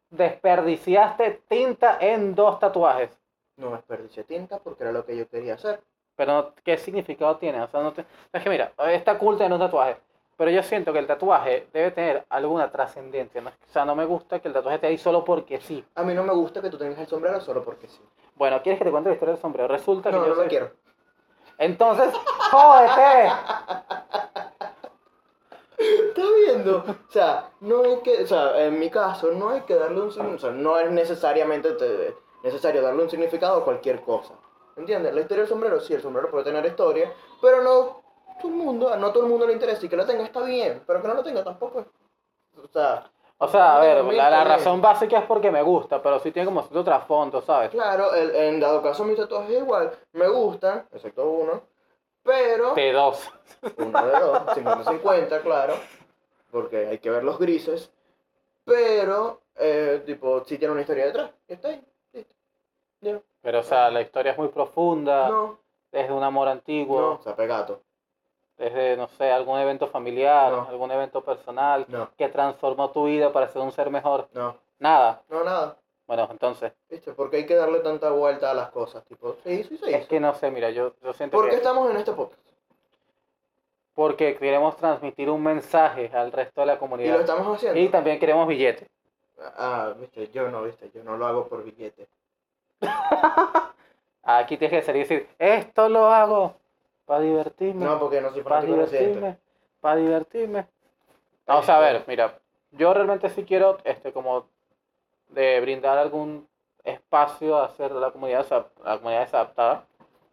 Speaker 1: desperdiciaste tinta en dos tatuajes.
Speaker 2: No desperdicié tinta porque era lo que yo quería hacer.
Speaker 1: Pero no- ¿qué significado tiene? O sea, no te- es que mira, está cool tener un tatuaje, pero yo siento que el tatuaje debe tener alguna trascendencia. ¿no? O sea, no me gusta que el tatuaje esté ahí solo porque sí.
Speaker 2: A mí no me gusta que tú tengas el sombrero solo porque sí.
Speaker 1: Bueno, ¿quieres que te cuente la historia del sombrero? Resulta
Speaker 2: No,
Speaker 1: que
Speaker 2: no
Speaker 1: yo
Speaker 2: lo
Speaker 1: soy-
Speaker 2: quiero.
Speaker 1: Entonces, jódete.
Speaker 2: ¿Estás viendo? O sea, no hay que, o sea, en mi caso, no hay que darle un significado, o sea, no es necesariamente te- necesario darle un significado a cualquier cosa. ¿Entiendes? La historia del sombrero, sí, el sombrero puede tener historia, pero no todo el mundo, no todo el mundo le interesa y que la tenga está bien, pero que no lo tenga tampoco es, o sea,
Speaker 1: O sea, a
Speaker 2: No,
Speaker 1: ver,
Speaker 2: no,
Speaker 1: la, la
Speaker 2: está bien.
Speaker 1: razón básica es porque me gusta, pero sí tiene como cierto trasfondo, ¿sabes?
Speaker 2: claro, el- en dado caso mis tatuajes igual me gustan, excepto uno, pero
Speaker 1: De dos.
Speaker 2: Uno de dos, 50-50, claro. Porque hay que ver los grises. Pero, eh, tipo, si tiene una historia detrás. Ya está ahí, listo. Ya.
Speaker 1: Pero, o sea, la historia es muy profunda,
Speaker 2: No,
Speaker 1: es de un amor antiguo,
Speaker 2: no, se gato.
Speaker 1: es de, no sé, algún evento familiar,
Speaker 2: No.
Speaker 1: algún evento personal
Speaker 2: No,
Speaker 1: que transformó tu vida para ser un ser mejor.
Speaker 2: no,
Speaker 1: Nada.
Speaker 2: no, nada.
Speaker 1: Bueno, entonces,
Speaker 2: ¿Viste? Porque hay que darle tanta vuelta a las cosas. Tipo, se hizo y se
Speaker 1: es
Speaker 2: hizo.
Speaker 1: que no sé, mira, yo, yo siento
Speaker 2: ¿Por qué
Speaker 1: que...
Speaker 2: estamos en este podcast?
Speaker 1: porque queremos transmitir un mensaje al resto de la
Speaker 2: Y lo
Speaker 1: comunidad.
Speaker 2: estamos haciendo.
Speaker 1: Y, también queremos billetes.
Speaker 2: Ah, viste, yo no, viste, yo no lo hago por billete.
Speaker 1: Aquí tienes que salir y decir, esto lo hago para divertirme,
Speaker 2: No, porque no soy
Speaker 1: para
Speaker 2: fanático de Residente.
Speaker 1: divertirme, para divertirme. Este, Vamos Ah, a ver, mira, yo realmente sí quiero, este, como de brindar algún espacio a hacer la comunidad, desa- a la comunidad desadaptada,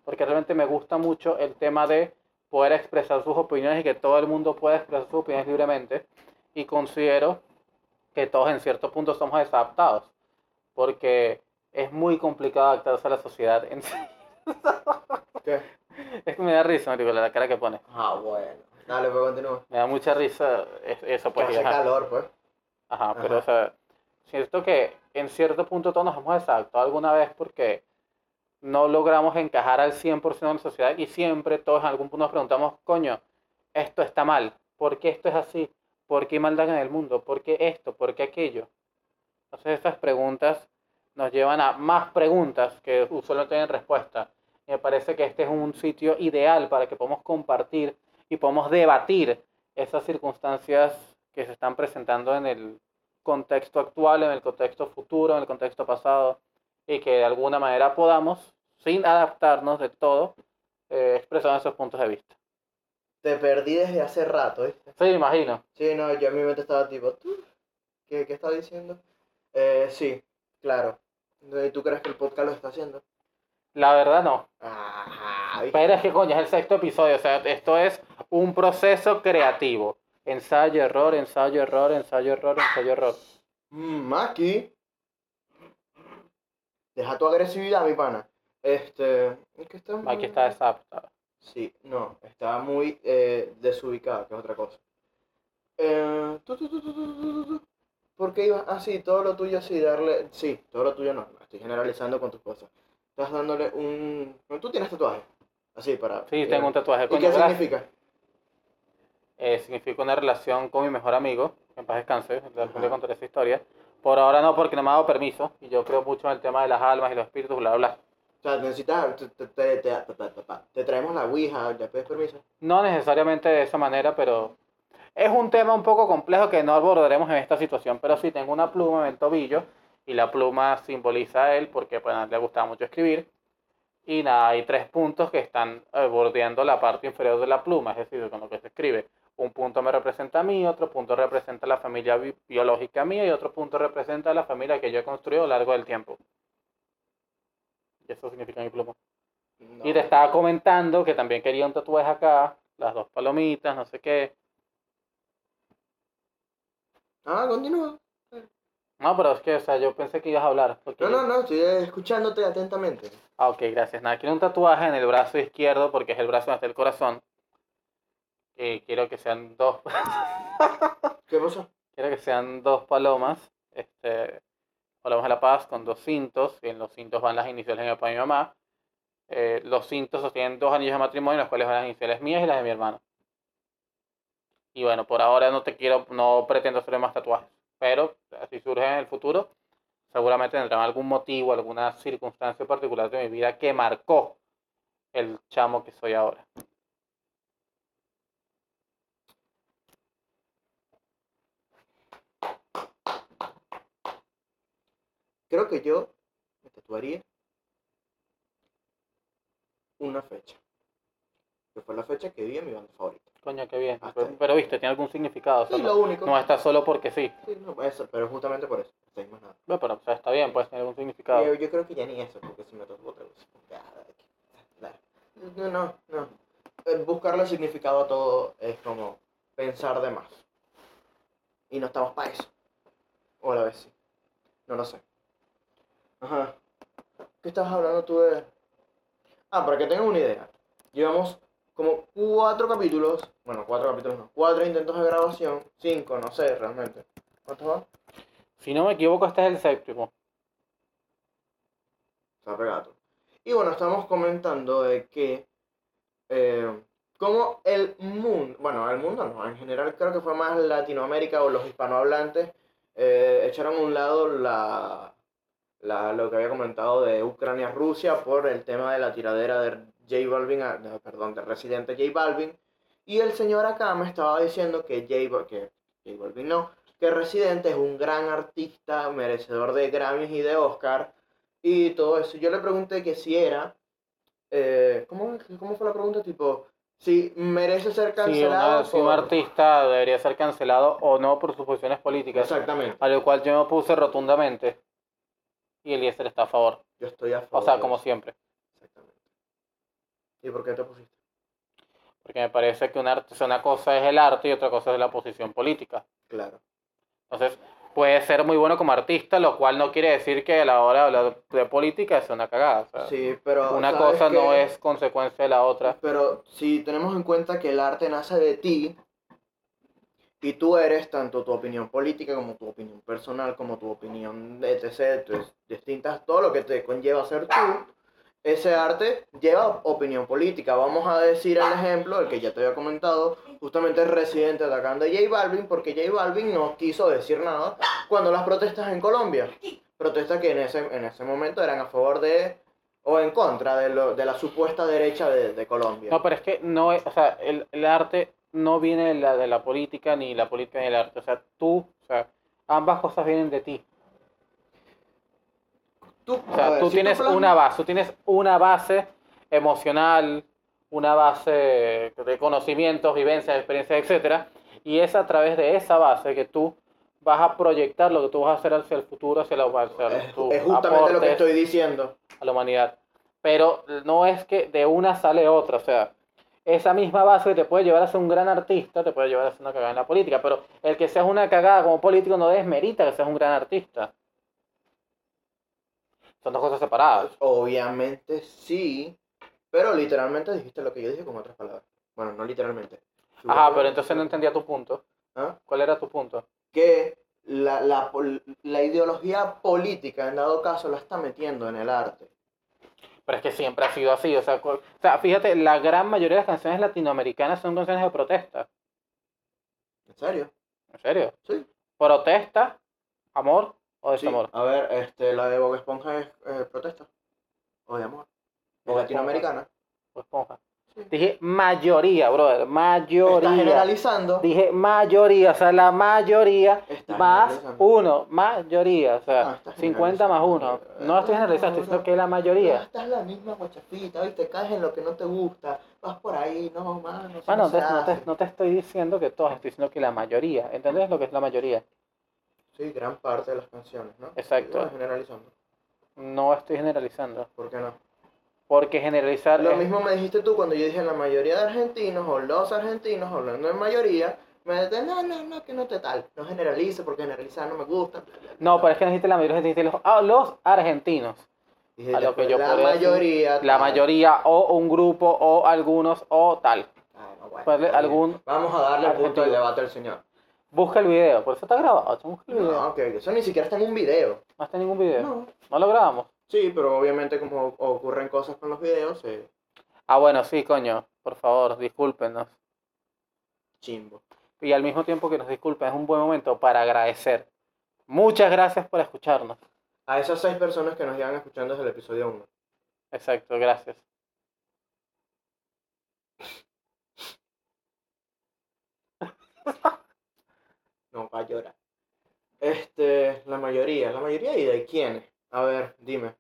Speaker 1: porque realmente me gusta mucho el tema de poder expresar sus opiniones y que todo el mundo pueda expresar sus opiniones libremente, y considero que todos en cierto punto somos desadaptados, porque es muy complicado adaptarse a la sociedad *laughs* en sí.
Speaker 2: ¿Qué?
Speaker 1: Es que me da risa, marico, la cara que pone.
Speaker 2: Ah, bueno. Dale, pues continúa.
Speaker 1: Me da mucha risa es- eso,
Speaker 2: Que
Speaker 1: pues. y
Speaker 2: hace
Speaker 1: ajá.
Speaker 2: calor, pues.
Speaker 1: Ajá,
Speaker 2: Ajá.
Speaker 1: pero o sea, siento que en cierto punto todos nos hemos desadaptado alguna vez porque no logramos encajar al 100% en la sociedad y siempre todos en algún punto nos preguntamos, coño, esto está mal, ¿por qué esto es así? ¿Por qué hay maldad en el mundo? ¿Por qué esto? ¿Por qué aquello? Entonces estas preguntas nos llevan a más preguntas que usualmente tienen respuesta. Y me parece que este es un sitio ideal para que podamos compartir y podamos debatir esas circunstancias que se están presentando en el contexto actual, en el contexto futuro, en el contexto pasado, y que de alguna manera podamos, sin adaptarnos de todo, eh, expresar esos puntos de vista.
Speaker 2: Te perdí desde hace rato, ¿viste?
Speaker 1: Sí, me imagino.
Speaker 2: Sí, no, yo en mi mente estaba tipo, ¿tú? ¿Qué, qué está diciendo? Eh, sí, claro. Entonces, ¿Tú crees que el podcast lo está haciendo?
Speaker 1: La verdad no.
Speaker 2: Ah, ¿viste?
Speaker 1: Pero es que coño, es el sexto episodio. O sea, esto es un proceso creativo. Ensayo, error, ensayo, error, ensayo, error, ensayo, error.
Speaker 2: Mm, Maki. Deja tu agresividad, mi pana. Este. es que está
Speaker 1: Aquí
Speaker 2: muy-
Speaker 1: está desadaptado.
Speaker 2: Sí, no, está muy eh, desubicada, que es otra cosa. Eh, tu, tu, tu, tu, tu, tu, tu, tu. ¿Por qué ibas así? todo lo tuyo así, darle. Sí, todo lo tuyo no, estoy generalizando con tus cosas. Estás dándole un. no, Tú tienes tatuaje. Así para.
Speaker 1: Sí, tengo un tatuaje.
Speaker 2: ¿Y
Speaker 1: Coño,
Speaker 2: qué
Speaker 1: gracias.
Speaker 2: significa?
Speaker 1: eh, significa una relación con mi mejor amigo, que en paz descanse, le le contaré esa historia. Por ahora no, porque no me ha dado permiso, y yo creo mucho en el tema de las almas y los espíritus, bla, bla, bla.
Speaker 2: O sea, necesitas. Te, te, te, te- te- te- te- te traemos la ouija, ya pides permiso.
Speaker 1: No necesariamente de esa manera, pero es un tema un poco complejo que no abordaremos en esta situación, pero sí tengo una pluma en el tobillo, y la pluma simboliza a él, porque pues, a él le gustaba mucho escribir. Y nada, hay tres puntos que están eh, bordeando la parte inferior de la pluma, es decir, con lo que se escribe. Un punto me representa a mí, otro punto representa a la familia bi- biológica mía y otro punto representa a la familia que yo he construido a lo largo del tiempo. Y eso significa mi pluma.
Speaker 2: No.
Speaker 1: Y te estaba comentando que también quería un tatuaje acá, las dos palomitas, no sé qué.
Speaker 2: Ah, continúa.
Speaker 1: No, pero es que, o sea, yo pensé que ibas a hablar. porque
Speaker 2: No,
Speaker 1: yo-
Speaker 2: no, no, estoy escuchándote atentamente.
Speaker 1: Ah, ok, gracias. Nada, quiero un tatuaje en el brazo izquierdo porque es el brazo donde está el corazón. Y quiero que sean dos,
Speaker 2: ¿Qué pasó?
Speaker 1: quiero que sean dos palomas, este, palomas de la paz con dos cintos. Y en los cintos van las iniciales de mi papá y mi mamá. Eh, los cintos sostienen dos anillos de matrimonio, en los cuales van las iniciales mías y las de mi hermano. Y bueno, por ahora no te quiero, no pretendo hacer más tatuajes. Pero si surgen en el futuro, seguramente tendrán algún motivo, alguna circunstancia particular de mi vida que marcó el chamo que soy ahora.
Speaker 2: Creo que yo me tatuaría una fecha. Que fue la fecha que vi en mi banda favorita.
Speaker 1: Coño, qué bien.
Speaker 2: Hasta
Speaker 1: Pero,
Speaker 2: ahí.
Speaker 1: pero viste, tiene algún significado. o sea,
Speaker 2: Sí,
Speaker 1: no,
Speaker 2: lo único.
Speaker 1: no está solo porque sí.
Speaker 2: Sí, no, eso, pero justamente por eso. no hay más nada.
Speaker 1: Bueno, pero o sea, está bien, pues tiene algún
Speaker 2: Yo,
Speaker 1: significado.
Speaker 2: yo creo que ya ni eso, porque ah, si me tatuó otra cosa. ya, da- No, no, no. Eh, Buscarle significado a todo es como pensar de más. Y no estamos para eso. O a la vez sí. No lo sé. Ajá. ¿Qué estabas hablando tú de.? Ah, para que tengan una idea. Llevamos como cuatro capítulos. Bueno, cuatro capítulos no. Cuatro intentos de grabación. Cinco, no sé realmente. ¿Cuántos van?
Speaker 1: Si no me equivoco, este es el séptimo.
Speaker 2: Está pegado. Y bueno, estamos comentando de que eh, como el mundo, bueno, el mundo no, en general creo que fue más Latinoamérica o los hispanohablantes eh, echaron a un lado la, la- lo que había comentado de Ucrania-Rusia por el tema de la tiradera de J Balvin, a- no, perdón, de residente J Balvin Y el señor acá me estaba diciendo que J Bal- que J Balvin no, que Residente es un gran artista, merecedor de Grammys y de Oscar, y todo eso. Yo le pregunté que si era, eh, ¿cómo, cómo fue la pregunta? Tipo, si merece ser
Speaker 1: Si,
Speaker 2: cancelado
Speaker 1: una- si un
Speaker 2: por-
Speaker 1: artista debería ser cancelado o no por sus posiciones políticas,
Speaker 2: Exactamente,
Speaker 1: a lo cual yo me puse rotundamente. Y Eliezer está a favor.
Speaker 2: yo estoy a
Speaker 1: O
Speaker 2: favor.
Speaker 1: sea,
Speaker 2: de
Speaker 1: como
Speaker 2: eso.
Speaker 1: siempre.
Speaker 2: Exactamente. ¿Y por qué te pusiste?
Speaker 1: Porque me parece que un arte- o sea, una cosa es el arte y otra cosa es la posición política.
Speaker 2: Claro.
Speaker 1: Entonces, puede ser muy bueno como artista, lo cual no quiere decir que a la hora de hablar de política sea una cagada. o sea,
Speaker 2: Sí, pero...
Speaker 1: una
Speaker 2: ¿sabes
Speaker 1: cosa no
Speaker 2: qué?
Speaker 1: es consecuencia de la otra.
Speaker 2: Pero si tenemos en cuenta que el arte nace de ti y tú eres tanto tu opinión política como tu opinión personal, como tu opinión de etc, tus distintas, todo lo que te conlleva ser tú, ese arte lleva opinión política. Vamos a decir el ejemplo, el que ya te había comentado, justamente el residente atacando a J Balvin, porque J Balvin no quiso decir nada cuando las protestas en Colombia, protestas que en ese, en ese momento eran a favor de o en contra de, lo- de la supuesta derecha de, de Colombia.
Speaker 1: No, pero es que no es, o sea, el, el arte no viene de la, de la política, ni la política del arte. O sea, tú, o sea, ambas cosas vienen de ti.
Speaker 2: Tú,
Speaker 1: O
Speaker 2: a
Speaker 1: sea,
Speaker 2: ver,
Speaker 1: tú
Speaker 2: si
Speaker 1: tienes
Speaker 2: plasmas-
Speaker 1: una base, tú tienes una base emocional, una base de conocimientos, vivencias, experiencias, etcétera, y es a través de esa base que tú vas a proyectar lo que tú vas a hacer hacia el futuro, hacia la hacia
Speaker 2: Es,
Speaker 1: tus
Speaker 2: es justamente lo que
Speaker 1: aportes
Speaker 2: estoy diciendo.
Speaker 1: a la humanidad. Pero no es que de una sale otra, o sea, esa misma base te puede llevar a ser un gran artista, te puede llevar a ser una cagada en la política, pero el que seas una cagada como político no desmerita que seas un gran artista. Son dos cosas separadas.
Speaker 2: Obviamente sí, pero literalmente dijiste lo que yo dije con otras palabras. Bueno, no literalmente.
Speaker 1: Ajá, pero entonces no entendía tu punto.
Speaker 2: ¿Ah?
Speaker 1: ¿Cuál era tu punto?
Speaker 2: Que la, la pol- la ideología política, en dado caso, la está metiendo en el arte.
Speaker 1: Pero es que siempre ha sido así. O sea, cu- o sea, fíjate, la gran mayoría de las canciones latinoamericanas son canciones de protesta.
Speaker 2: ¿En serio?
Speaker 1: ¿En serio?
Speaker 2: Sí.
Speaker 1: Protesta, amor o
Speaker 2: Sí.
Speaker 1: desamor.
Speaker 2: A ver, este, la de Bob Esponja es eh, protesta. O de amor. Es
Speaker 1: Bob Esponja.
Speaker 2: latinoamericana.
Speaker 1: o esponja.
Speaker 2: Sí.
Speaker 1: Dije mayoría, brother.
Speaker 2: Está
Speaker 1: Mayoría.
Speaker 2: generalizando.
Speaker 1: Dije mayoría, o sea, la mayoría
Speaker 2: Está
Speaker 1: más
Speaker 2: generalizando.
Speaker 1: uno. Mayoría, o
Speaker 2: Ah,
Speaker 1: sea,
Speaker 2: estás
Speaker 1: 50 más uno.
Speaker 2: generalizando.
Speaker 1: No estoy generalizando, estoy diciendo que la mayoría.
Speaker 2: Estás la misma guachafita, ¿viste? Caes en lo que no te gusta, vas por ahí, no, mano. eso
Speaker 1: Bueno,
Speaker 2: no se
Speaker 1: entonces no te,
Speaker 2: hace.
Speaker 1: no te estoy diciendo que todos, estoy diciendo que la mayoría. ¿Entendés lo que es la mayoría?
Speaker 2: Sí, gran parte de las canciones, ¿no?
Speaker 1: Exacto.
Speaker 2: Bueno, generalizando,
Speaker 1: No estoy generalizando.
Speaker 2: ¿por qué no?
Speaker 1: Porque generalizar
Speaker 2: Lo
Speaker 1: es-
Speaker 2: mismo me dijiste tú cuando yo dije la mayoría de argentinos o los argentinos, hablando en mayoría, me dijiste, no, no, no, que no te tal, no generalice porque generalizar no me gusta. bla, bla, bla".
Speaker 1: No, pero es que no dijiste la mayoría, dijiste los, ah, los argentinos.
Speaker 2: Dije,
Speaker 1: a lo que
Speaker 2: después,
Speaker 1: yo
Speaker 2: la
Speaker 1: podría decir,
Speaker 2: mayoría.
Speaker 1: La
Speaker 2: tal.
Speaker 1: mayoría o un grupo o algunos o tal.
Speaker 2: Ah, no, bueno,
Speaker 1: Ponle
Speaker 2: está bien.
Speaker 1: pues, algún-
Speaker 2: Vamos a darle el punto
Speaker 1: Argentino.
Speaker 2: del debate al señor.
Speaker 1: Busca el video, por eso está grabado. chamo, Busca el video.
Speaker 2: No, que eso ni siquiera está en un video.
Speaker 1: No está en ningún video. No.
Speaker 2: No.
Speaker 1: lo grabamos.
Speaker 2: Sí, pero obviamente como ocurren cosas con los videos, eh,
Speaker 1: Ah, bueno, sí, coño. Por favor, discúlpenos.
Speaker 2: chimbo.
Speaker 1: Y al mismo tiempo que nos disculpen, es un buen momento para agradecer. Muchas gracias por escucharnos.
Speaker 2: A esas seis personas que nos llevan escuchando desde el episodio 1.
Speaker 1: Exacto, gracias.
Speaker 2: No va a llorar. Este, la mayoría, la mayoría y de quiénes. A ver, dime.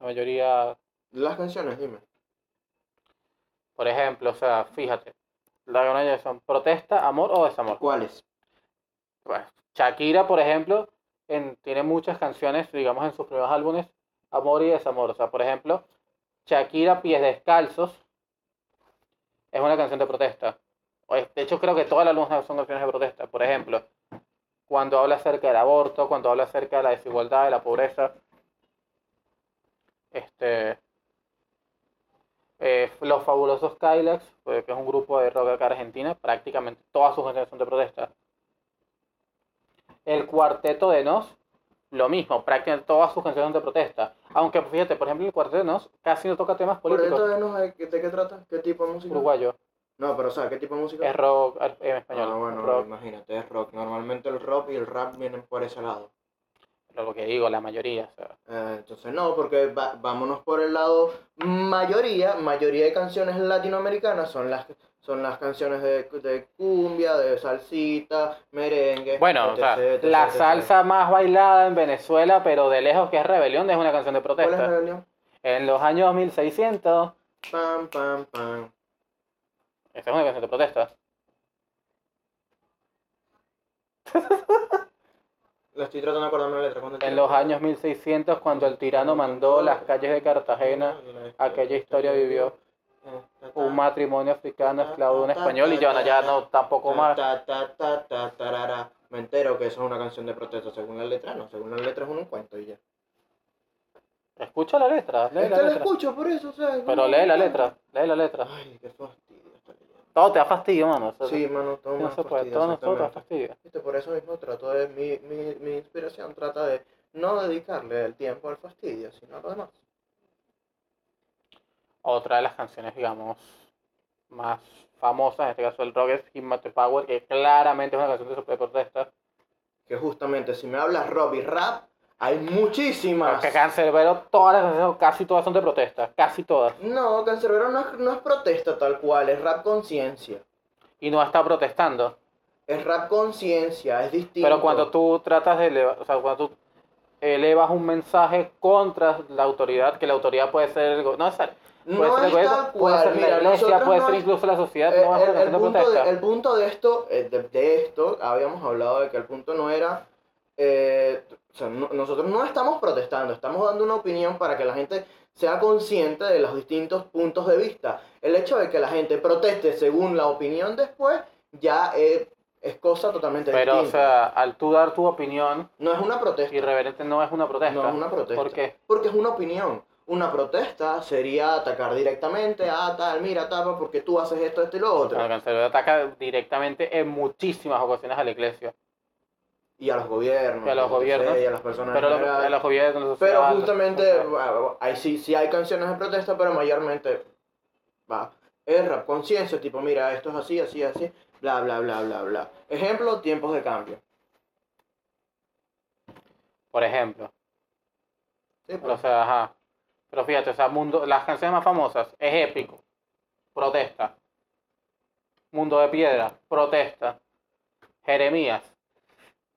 Speaker 1: La mayoría,
Speaker 2: Las canciones, dime.
Speaker 1: por ejemplo, o sea, fíjate. La gran mayoría son protesta, amor o desamor.
Speaker 2: ¿Cuáles?
Speaker 1: Bueno, Shakira, por ejemplo, en- tiene muchas canciones, digamos, en sus primeros álbumes, amor y desamor. O sea, por ejemplo, Shakira Pies Descalzos es una canción de protesta. O es- De hecho, creo que todas las álbumes son canciones de protesta. Por ejemplo, cuando habla acerca del aborto, cuando habla acerca de la desigualdad, de la pobreza. Este. eh, los fabulosos Kylax, eh, que es un grupo de rock acá argentina, prácticamente todas sus canciones son de protesta. El cuarteto de Nos, lo mismo, prácticamente todas sus canciones son de protesta. Aunque fíjate, por ejemplo, el cuarteto de Nos casi no toca temas
Speaker 2: Por
Speaker 1: políticos.
Speaker 2: dentro de nos, ¿de qué- de qué trata? ¿Qué tipo de música?
Speaker 1: Uruguayo,
Speaker 2: No, pero o sea, ¿qué tipo de música?
Speaker 1: es rock ar- en español.
Speaker 2: Ah, bueno,
Speaker 1: rock,
Speaker 2: imagínate, es rock. Normalmente el rock y el rap vienen por ese lado.
Speaker 1: Lo lo que digo, la mayoría. o sea,
Speaker 2: Eh, entonces no, porque va- vámonos por el lado mayoría, mayoría de canciones latinoamericanas son las son las canciones de, de cumbia, de salsita, merengue.
Speaker 1: Bueno, o sea,
Speaker 2: etc, etc,
Speaker 1: la
Speaker 2: etc.
Speaker 1: salsa más bailada en Venezuela, pero de lejos que es Rebelión, es una canción de
Speaker 2: ¿Cuál es la
Speaker 1: protesta.
Speaker 2: rebelión?
Speaker 1: En los años 1600,
Speaker 2: Pam, pam, pam.
Speaker 1: esa es una canción de protesta.
Speaker 2: Lo estoy tratando de acordarme la letra. ¿cuándo
Speaker 1: En
Speaker 2: tiene?
Speaker 1: los años 1600, cuando el tirano mandó las calles de Cartagena, aquella historia vivió un matrimonio africano esclavo de un español y yo no, ya no, tampoco más.
Speaker 2: Ta, ta, ta, ta, tarara. Me entero que eso es una canción de protesta según la letra, no, según la letra es un cuento y ya.
Speaker 1: Escucha la letra, lee la
Speaker 2: Es que la
Speaker 1: letra.
Speaker 2: escucho por eso, o sea, es
Speaker 1: Pero
Speaker 2: un
Speaker 1: lee la
Speaker 2: cuento.
Speaker 1: letra, lee la letra.
Speaker 2: Ay, qué fastidio esta leyenda.
Speaker 1: Todo te da fastidio, mano. eso-
Speaker 2: Sí, mano, todo
Speaker 1: no
Speaker 2: más
Speaker 1: se puede,
Speaker 2: fastidio,
Speaker 1: todo nos todo te da
Speaker 2: exactamente.
Speaker 1: fastidio.
Speaker 2: Viste, Por eso mismo trato de, mi, mi, mi inspiración trata de no dedicarle el tiempo al fastidio, sino a lo demás.
Speaker 1: Otra de las canciones, digamos, más famosas, en este caso el rock es Him Mate Power, que claramente es una canción de super protesta.
Speaker 2: Que justamente, si me hablas rock y rap, hay muchísimas.
Speaker 1: Que Cancerbero, todas las canciones, casi todas son de protesta, casi todas.
Speaker 2: No, Cancerbero no es, no es protesta tal cual, es rap conciencia.
Speaker 1: Y no está protestando.
Speaker 2: Es rap conciencia, es distinto.
Speaker 1: Pero cuando tú tratas de elevar, o sea, cuando tú elevas un mensaje contra la autoridad, que la autoridad puede ser el go- no, o sea,
Speaker 2: no
Speaker 1: puede ser el
Speaker 2: es
Speaker 1: gobierno,
Speaker 2: tal
Speaker 1: puede
Speaker 2: cual,
Speaker 1: ser
Speaker 2: mira,
Speaker 1: la iglesia,
Speaker 2: nosotros
Speaker 1: puede
Speaker 2: no
Speaker 1: ser
Speaker 2: es-
Speaker 1: incluso la sociedad,
Speaker 2: Eh,
Speaker 1: no es
Speaker 2: el,
Speaker 1: una
Speaker 2: el
Speaker 1: canción de
Speaker 2: punto de,
Speaker 1: protesta.
Speaker 2: el punto de esto, eh, de, de esto, habíamos hablado de que el punto no era, eh, o sea, no- nosotros no estamos protestando, estamos dando una opinión para que la gente sea consciente de los distintos puntos de vista. El hecho de que la gente proteste según la opinión después ya eh, es cosa totalmente
Speaker 1: Pero, o
Speaker 2: distinta.
Speaker 1: sea, al tú dar tu opinión,
Speaker 2: no es una protesta.
Speaker 1: irreverente no es una protesta.
Speaker 2: No es una protesta.
Speaker 1: ¿Por qué?
Speaker 2: Porque es una opinión. Una protesta sería atacar directamente, ah, tal, mira, tapa, porque tú haces esto, esto y lo otro.
Speaker 1: Bueno, Canserbero ataca directamente en muchísimas ocasiones a la iglesia.
Speaker 2: y a los gobiernos.
Speaker 1: Y a los
Speaker 2: yo qué sé,
Speaker 1: gobiernos.
Speaker 2: y a las personas
Speaker 1: Pero
Speaker 2: en
Speaker 1: lo-
Speaker 2: general.
Speaker 1: a los gobiernos, a la
Speaker 2: Pero
Speaker 1: sociedad,
Speaker 2: justamente,
Speaker 1: o sea,
Speaker 2: bueno, ahí sí, sí hay canciones de protesta, pero mayormente va. Es rap conciencia, tipo, mira, esto es así, así, así, bla, bla, bla, bla, bla. Ejemplo, tiempos de cambio.
Speaker 1: Por ejemplo.
Speaker 2: Sí,
Speaker 1: Pero, o
Speaker 2: pues,
Speaker 1: sea, ajá. Pero fíjate, o sea, mundo, las canciones más famosas es épico. Protesta. Mundo de piedra. Protesta. Jeremías.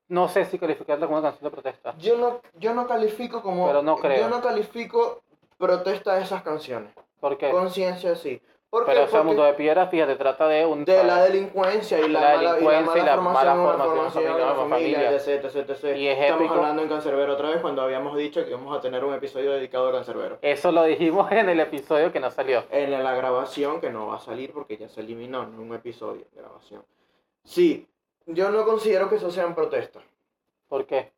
Speaker 1: No sé si calificarla como una canción de protesta.
Speaker 2: yo, no, yo no califico como...
Speaker 1: Pero no creo.
Speaker 2: Yo no califico protesta de esas canciones.
Speaker 1: Porque,
Speaker 2: Conciencia sí. ¿Por qué?
Speaker 1: pero ese
Speaker 2: Porque
Speaker 1: mundo de piedra, fíjate, trata de un
Speaker 2: de la delincuencia y la,
Speaker 1: La
Speaker 2: mala, y la
Speaker 1: delincuencia y
Speaker 2: mala
Speaker 1: la
Speaker 2: formación,
Speaker 1: mala
Speaker 2: una
Speaker 1: formación
Speaker 2: formación de la familia,
Speaker 1: familiar.
Speaker 2: etc, etc, etc.
Speaker 1: Y es
Speaker 2: Estamos
Speaker 1: épico.
Speaker 2: hablando en Cancerbero otra vez cuando habíamos dicho que íbamos a tener un episodio dedicado a Cancerbero.
Speaker 1: Eso lo dijimos *laughs* en el episodio que no salió.
Speaker 2: En la grabación que no va a salir porque ya se eliminó, no es un episodio, grabación. Sí, yo no considero que eso sean protestas,
Speaker 1: ¿Por qué?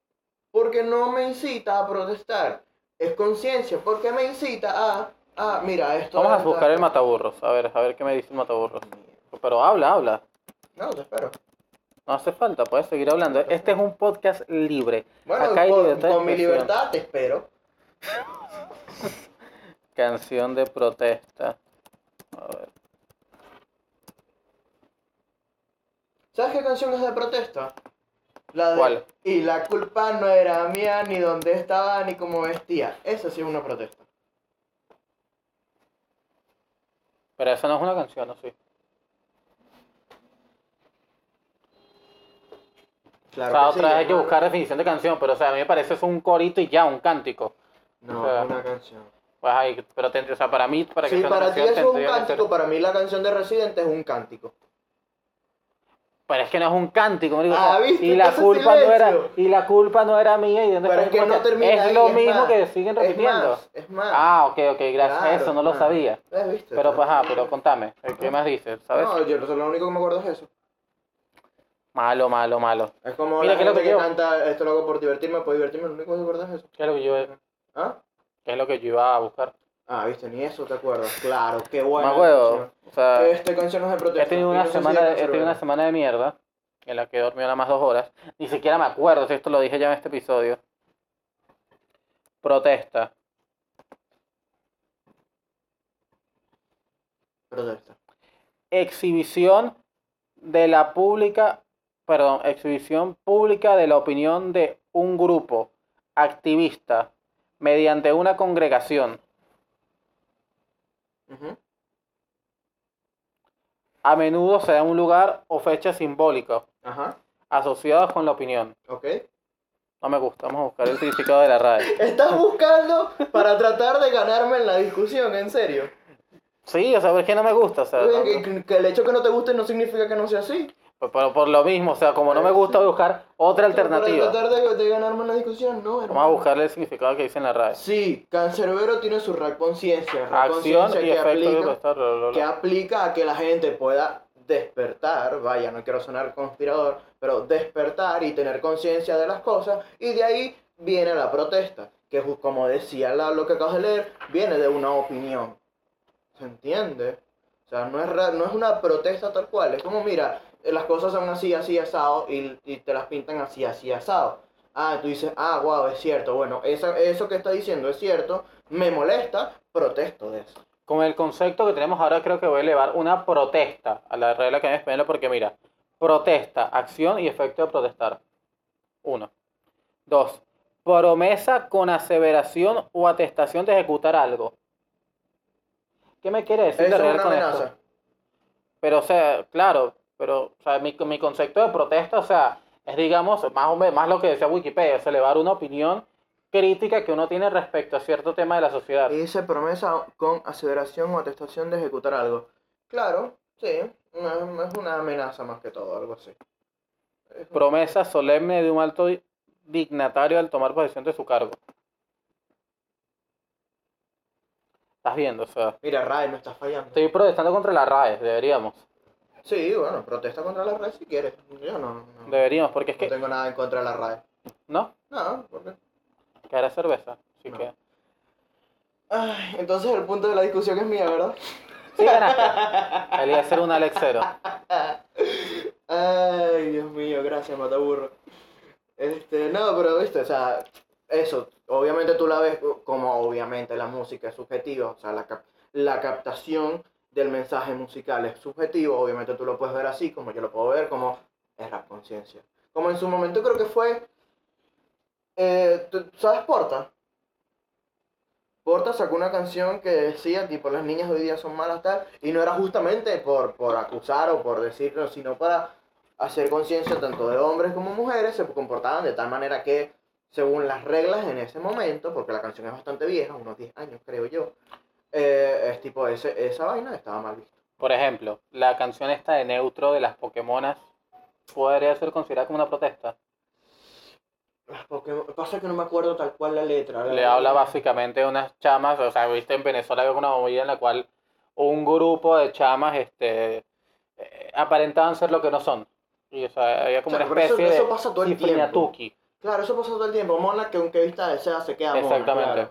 Speaker 2: porque no me incita a protestar, es conciencia, porque me incita a, ah, mira, esto...
Speaker 1: Vamos a
Speaker 2: está-
Speaker 1: buscar el mataburros. A ver, a ver qué me dice el mataburros. Pero habla, habla.
Speaker 2: No, te espero.
Speaker 1: No hace falta, puedes seguir hablando. Este es un podcast libre.
Speaker 2: Bueno,
Speaker 1: Acá hay
Speaker 2: con-
Speaker 1: libertad de
Speaker 2: con mi
Speaker 1: expresión.
Speaker 2: libertad te espero.
Speaker 1: Canción de protesta. A ver.
Speaker 2: ¿Sabes qué canción es de protesta? La de
Speaker 1: ¿Cuál?
Speaker 2: Y la culpa no era mía, ni dónde estaba, ni cómo vestía. Esa sí es una protesta.
Speaker 1: Pero esa no es una canción, ¿o sí?
Speaker 2: Claro
Speaker 1: o sea, otra vez hay que buscar definición de canción, pero o sea, a mí me parece es un corito y ya, un cántico.
Speaker 2: No,
Speaker 1: o sea,
Speaker 2: es una canción.
Speaker 1: Pues ahí, pero tendría, o sea, para mí, para que
Speaker 2: sí,
Speaker 1: sea una
Speaker 2: para ti
Speaker 1: canción
Speaker 2: eso es un
Speaker 1: tendría que ser-
Speaker 2: cántico, para mí la canción de Residente es un cántico.
Speaker 1: Pero es que no es un cántico, marico, o
Speaker 2: Ah,
Speaker 1: sea,
Speaker 2: ¿viste?
Speaker 1: y la
Speaker 2: Entonces,
Speaker 1: culpa no era,
Speaker 2: silencio.
Speaker 1: y la culpa no era mía y dónde
Speaker 2: Pero es
Speaker 1: está
Speaker 2: que
Speaker 1: la
Speaker 2: no
Speaker 1: culpa?
Speaker 2: termina
Speaker 1: Es
Speaker 2: ahí,
Speaker 1: lo
Speaker 2: es
Speaker 1: mismo
Speaker 2: más,
Speaker 1: que siguen
Speaker 2: Es
Speaker 1: repitiendo.
Speaker 2: más, es más.
Speaker 1: Ah, ok, ok, gracias a
Speaker 2: Claro,
Speaker 1: eso, no lo
Speaker 2: ah.
Speaker 1: sabía.
Speaker 2: ¿Ves, viste?
Speaker 1: Pero pues, ajá, pero
Speaker 2: No,
Speaker 1: contame, ¿qué más dices? ¿Sabes?
Speaker 2: yo lo- lo único que me acuerdo es eso.
Speaker 1: Malo, malo, malo.
Speaker 2: Es como
Speaker 1: Mira,
Speaker 2: la
Speaker 1: que lo
Speaker 2: gente
Speaker 1: que
Speaker 2: que
Speaker 1: yo-
Speaker 2: canta esto lo hago por divertirme, por divertirme, lo único que me acuerdo es eso.
Speaker 1: ¿Qué es lo que yo,
Speaker 2: ¿Ah?
Speaker 1: qué es lo que yo iba a buscar?
Speaker 2: Ah, viste, ni eso te acuerdas. Claro, qué bueno.
Speaker 1: Más huevo. O sea,
Speaker 2: Este canción es de protesta.
Speaker 1: Ah, He tenido
Speaker 2: Y
Speaker 1: una
Speaker 2: no sé si
Speaker 1: semana,
Speaker 2: de
Speaker 1: he tenido
Speaker 2: Canserbero.
Speaker 1: una semana de mierda en la que he dormido nada más dos horas. Ni siquiera me acuerdo si esto lo dije ya en este episodio. Protesta.
Speaker 2: Protesta.
Speaker 1: Exhibición de la pública, perdón, exhibición pública de la opinión de un grupo activista mediante una congregación
Speaker 2: Ujú.
Speaker 1: a menudo se da un lugar o fecha simbólica
Speaker 2: Ajá.
Speaker 1: asociada con la opinión.
Speaker 2: Ok.
Speaker 1: No me gusta, vamos a buscar el significado de la RAE.
Speaker 2: Estás buscando para tratar de ganarme en la discusión, en serio.
Speaker 1: Sí, o sea, es que no me gusta, o sea, no-
Speaker 2: Oye, que, que el hecho que no te guste no significa que no sea así.
Speaker 1: por, por- por lo mismo, o sea, como no me gusta voy a buscar otra
Speaker 2: Para
Speaker 1: alternativa.
Speaker 2: tratar de, de ganarme en la discusión, no, hermano.
Speaker 1: Vamos a buscarle el significado que dice en la RAE.
Speaker 2: Sí, Cancerbero tiene su rack conciencia. rack
Speaker 1: Acción
Speaker 2: conciencia
Speaker 1: y
Speaker 2: que
Speaker 1: efecto de
Speaker 2: aplica,
Speaker 1: protestar, bla, bla, bla.
Speaker 2: que aplica a que la gente pueda despertar, vaya, no quiero sonar conspirador, pero despertar y tener conciencia de las cosas, y de ahí viene la protesta, que ju- como decía la, lo que acabas de leer, viene de una opinión. ¿Se entiende? O sea, no es, ra- no es una protesta tal cual, es como, mira, eh, las cosas son así, así, asado, y, y te las pintan así, así, asado. Ah, tú dices, ah, wow, es cierto, bueno, esa, eso que está diciendo es cierto, me molesta, protesto de eso.
Speaker 1: Con el concepto que tenemos ahora creo que voy a elevar una protesta a la regla que me española porque mira, protesta, acción y efecto de protestar. Uno. Dos. Promesa con aseveración o atestación de ejecutar algo. ¿Qué me quiere decir
Speaker 2: Eso
Speaker 1: la
Speaker 2: es
Speaker 1: regla
Speaker 2: una
Speaker 1: con
Speaker 2: amenaza.
Speaker 1: esto? Pero, o sea, claro, pero o sea, mi, mi concepto de protesta, o sea, es, digamos, más o menos más lo que decía Wikipedia, es elevar una opinión crítica que uno tiene respecto a cierto tema de la sociedad.
Speaker 2: Y dice promesa con aseveración o atestación de ejecutar algo. Claro, sí, una- es una amenaza más que todo, algo así. Es-
Speaker 1: promesa solemne de un alto dignatario al tomar posesión de su cargo. Estás viendo, o sea,
Speaker 2: Mira, Ray, me estás fallando. Sí.
Speaker 1: estoy protestando contra la RAE, deberíamos,
Speaker 2: bueno, protesta contra la RAE si quieres. Yo no, no, no
Speaker 1: deberíamos, porque es que,
Speaker 2: tengo nada en contra de la RAE.
Speaker 1: ¿no?
Speaker 2: No, porque...
Speaker 1: Que era cerveza, así
Speaker 2: No.
Speaker 1: que...
Speaker 2: Ay, entonces el punto de la discusión es mía, ¿verdad?
Speaker 1: Sí, ganaste. Él iba a ser un Alex Cero.
Speaker 2: *laughs* Ay, Dios mío, gracias, mataburro. Este, no, pero viste, o sea, eso, obviamente tú la ves co- como obviamente la música es subjetiva, o sea, la, cap- la captación del mensaje musical es subjetivo, obviamente tú lo puedes ver así, como yo lo puedo ver, como es la conciencia. Como en su momento creo que fue, eh, ¿tú ¿sabes Porta? Porta sacó una canción que decía, tipo, las niñas hoy día son malas, tal, y no era justamente por, por acusar o por decirlo, sino para hacer conciencia tanto de hombres como mujeres, se comportaban de tal manera que, según las reglas en ese momento, porque la canción es bastante vieja, unos 10 años creo yo, eh, es tipo, ese, esa vaina estaba mal vista.
Speaker 1: Por ejemplo, la canción esta de Neutro de las Pokémonas podría ser considerada como una protesta.
Speaker 2: Las Pokémon- pasa que no me acuerdo tal cual la letra. la-
Speaker 1: le habla básicamente de unas chamas, o sea, viste en Venezuela había una movida en la cual un grupo de chamas este eh, aparentaban ser lo que no son. Y o sea, había como
Speaker 2: Claro,
Speaker 1: una
Speaker 2: pero eso-
Speaker 1: especie
Speaker 2: eso
Speaker 1: de
Speaker 2: pasa todo el tiempo.
Speaker 1: cifriñatuki.
Speaker 2: Claro, eso pasa todo el tiempo. Mona que aunque vista desea se queda mona.
Speaker 1: Exactamente.
Speaker 2: claro.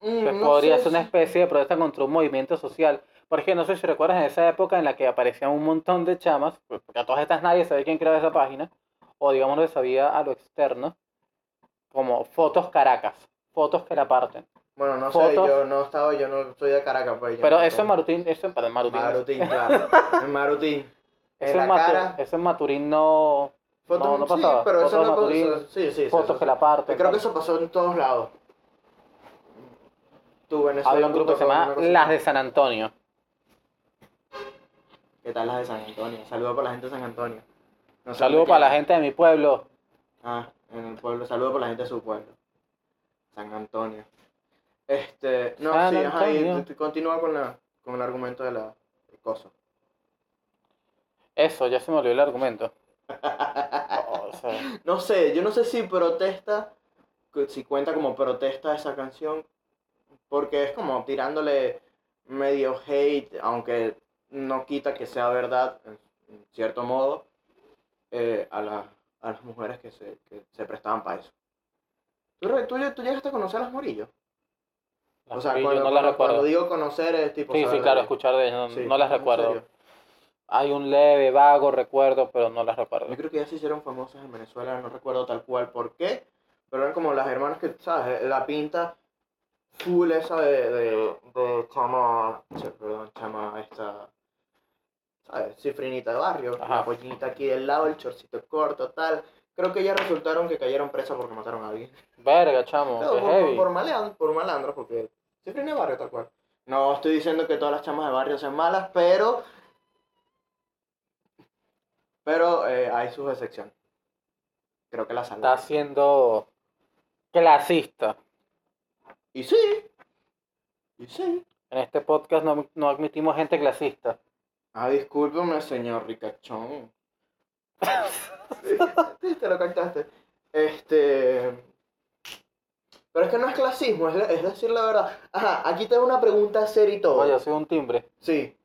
Speaker 2: Mm,
Speaker 1: Entonces,
Speaker 2: no
Speaker 1: podría
Speaker 2: sé
Speaker 1: ser una
Speaker 2: si-
Speaker 1: especie de protesta contra un movimiento social. Porque no sé si recuerdas en esa época en la que aparecían un montón de chamas, pues, porque a todas estas nadie sabe quién creó esa página, o digamos lo sabía a lo externo, como fotos Caracas, fotos que la parten.
Speaker 2: Bueno, no sé,
Speaker 1: fotos.
Speaker 2: yo no estaba, yo no soy de Caracas, pues. yo
Speaker 1: Pero
Speaker 2: no
Speaker 1: eso en
Speaker 2: tengo-
Speaker 1: Marutín, eso en Marutín, *laughs*
Speaker 2: Marutín, claro. En Marutín.
Speaker 1: Eso
Speaker 2: En
Speaker 1: en,
Speaker 2: la
Speaker 1: Matu-
Speaker 2: cara.
Speaker 1: eso en Maturín no.
Speaker 2: Fotos,
Speaker 1: no, no
Speaker 2: sí,
Speaker 1: pasaba.
Speaker 2: pero
Speaker 1: Fotos
Speaker 2: eso
Speaker 1: de
Speaker 2: no
Speaker 1: Maturín,
Speaker 2: pasó. Sí, sí, sí.
Speaker 1: Fotos
Speaker 2: sí,
Speaker 1: que
Speaker 2: sí.
Speaker 1: la parten.
Speaker 2: Creo
Speaker 1: tal.
Speaker 2: que eso pasó en todos lados. Tu Venezuela.
Speaker 1: Había un grupo que se llama Las de San Antonio.
Speaker 2: ¿Qué tal las de San Antonio? Saludo para la gente de San Antonio. No sé
Speaker 1: Saludo
Speaker 2: dónde
Speaker 1: para la
Speaker 2: queda.
Speaker 1: gente de mi pueblo.
Speaker 2: Ah, en el pueblo. Saludo para la gente de su pueblo. San Antonio. Este, no,
Speaker 1: San
Speaker 2: sí, ajá, y
Speaker 1: Antonio.
Speaker 2: t- continúa con, la, con el argumento de la cosa.
Speaker 1: Eso, ya se me olvidó el argumento.
Speaker 2: *laughs*
Speaker 1: Oh, O sea,
Speaker 2: No sé, yo no sé si protesta, cu- si cuenta como protesta esa canción, porque es como tirándole medio hate, aunque no quita que sea verdad, en en cierto modo, eh, a, la- a las mujeres que se, que se prestaban para eso. ¿Tú, re- tú, tú llegaste a conocer a las Morillo?
Speaker 1: las
Speaker 2: o sea,
Speaker 1: vi, yo
Speaker 2: cuando,
Speaker 1: no las
Speaker 2: cuando-
Speaker 1: recuerdo.
Speaker 2: cuando digo conocer es tipo...
Speaker 1: sí, sí,
Speaker 2: saber
Speaker 1: claro,
Speaker 2: de-
Speaker 1: escuchar de ellos, no,
Speaker 2: Sí,
Speaker 1: no las
Speaker 2: en
Speaker 1: recuerdo.
Speaker 2: serio.
Speaker 1: Hay un leve, vago recuerdo, pero no las
Speaker 2: Yo
Speaker 1: recuerdo.
Speaker 2: creo que ya se hicieron famosas en Venezuela, no recuerdo tal cual por qué, pero eran como las hermanas que, ¿sabes? La pinta full esa de, de, de chama, ch- perdón, chama esta, ¿sabes? Cifrinita de barrio,
Speaker 1: Ajá.
Speaker 2: la pollinita aquí del lado, el chorcito corto, tal, Creo que ya resultaron que cayeron presas porque mataron a alguien.
Speaker 1: Verga, chamo,
Speaker 2: Claro,
Speaker 1: qué
Speaker 2: por,
Speaker 1: heavy.
Speaker 2: por, por malean- por malandros, porque siempre en el barrio tal cual. No estoy diciendo que todas las chamas de barrio sean malas, pero. Pero eh, hay sus excepciones. Creo que la
Speaker 1: Está
Speaker 2: salud.
Speaker 1: siendo clasista.
Speaker 2: Y sí. Y sí.
Speaker 1: En este podcast no, no admitimos gente clasista.
Speaker 2: Ah, discúlpeme, señor Ricachón. Sí, sí, te lo cantaste. Este. Pero es que no es clasismo, es, es decir la verdad. Ajá, aquí tengo una pregunta seria y todo.
Speaker 1: Oye, yo soy un timbre.
Speaker 2: Sí.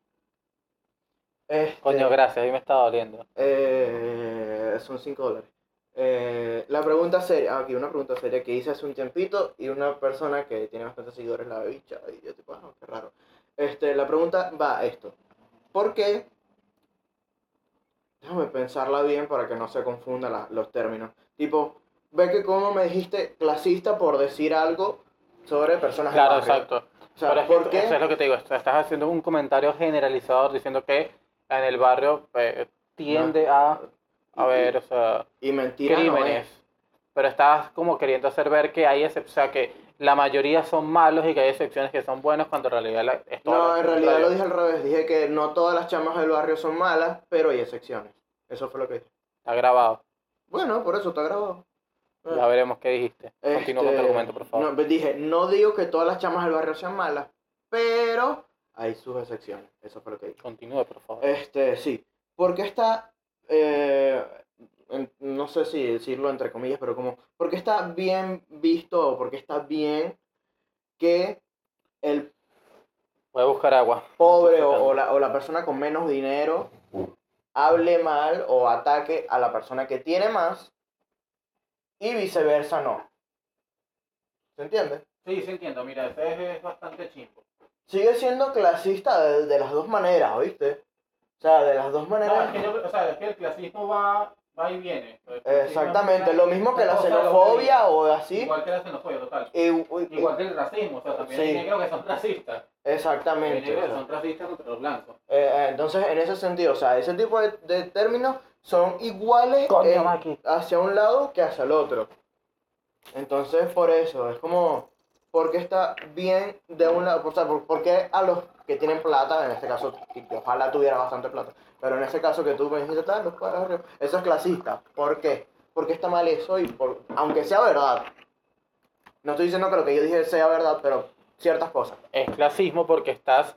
Speaker 2: Este,
Speaker 1: Coño, gracias, ahí me está doliendo.
Speaker 2: eh, son 5 dólares. Eh, la pregunta seria, ah, aquí una pregunta seria que hice hace un tiempito y una persona que tiene bastantes seguidores la bicha y yo tipo, ah, qué raro. Este, la pregunta va a esto. ¿Por qué? Déjame pensarla bien para que no se confundan la- los términos. Tipo, ve que como me dijiste clasista por decir algo sobre personas de
Speaker 1: Claro,
Speaker 2: barrio.
Speaker 1: exacto.
Speaker 2: O sea,
Speaker 1: Pero es que
Speaker 2: ¿por
Speaker 1: tú-
Speaker 2: qué?
Speaker 1: Eso es lo que te digo. est- Estás haciendo un comentario generalizador diciendo que en el barrio eh, tiende a a ver, o sea,
Speaker 2: Y mentira no
Speaker 1: crímenes.
Speaker 2: es.
Speaker 1: eh. Pero estás como queriendo hacer ver que hay excepciones, o sea, que la mayoría son malos y que hay excepciones que son buenos cuando en realidad la- es todo
Speaker 2: No,
Speaker 1: lo
Speaker 2: en realidad lo
Speaker 1: contrario.
Speaker 2: dije al revés. Dije que no todas las chamas del barrio son malas, pero hay excepciones. Eso fue lo que dije.
Speaker 1: Está grabado.
Speaker 2: Bueno, por eso está grabado. Ah.
Speaker 1: Ya veremos qué dijiste. Continúa con tu
Speaker 2: Este,
Speaker 1: argumento, por favor.
Speaker 2: No, pues dije, no digo que todas las chamas del barrio sean malas, pero hay sus excepciones. Eso fue lo que dije.
Speaker 1: Continúa, por favor.
Speaker 2: Este, sí. Porque está, eh, en- no sé si decirlo entre comillas, pero como, porque está bien visto o porque está bien que el
Speaker 1: Voy a buscar agua.
Speaker 2: pobre o,
Speaker 1: Estoy
Speaker 2: o la, o la persona con menos dinero hable mal o ataque a la persona que tiene más y viceversa no. ¿Se entiende?
Speaker 1: Sí, sí entiendo. Mira, ese es, es bastante chimbo.
Speaker 2: Sigue siendo clasista de, de las dos maneras, ¿oíste? O sea, de las dos
Speaker 1: No,
Speaker 2: maneras.
Speaker 1: es que yo- o sea, es que el clasismo va, va y viene. El clasismo
Speaker 2: Exactamente,
Speaker 1: es
Speaker 2: lo mismo que la
Speaker 1: cosa de los
Speaker 2: xenofobia o
Speaker 1: gays,
Speaker 2: así.
Speaker 1: Igual que la xenofobia, total.
Speaker 2: Y- y-
Speaker 1: Igual que el racismo, o sea, también
Speaker 2: Sí.
Speaker 1: hay negros que son racistas. Hay
Speaker 2: exactamente.
Speaker 1: negros
Speaker 2: o
Speaker 1: que
Speaker 2: sea.
Speaker 1: son racistas contra los blancos.
Speaker 2: Eh, eh, entonces, en ese sentido, o sea, ese tipo de, de términos son iguales
Speaker 1: Coño,
Speaker 2: en-
Speaker 1: Maki.
Speaker 2: hacia un lado que hacia el otro. Entonces, por eso, es como, porque está bien de un lado? O sea, ¿por, por qué a los que tienen plata, en este caso, que ojalá tuviera bastante plata, pero en ese caso que tú me dijiste, tal, los padres arriba", eso es clasista. ¿Por qué? Porque está mal eso y por, aunque sea verdad, no estoy diciendo que lo que yo dije sea verdad, pero ciertas cosas.
Speaker 1: Es clasismo porque estás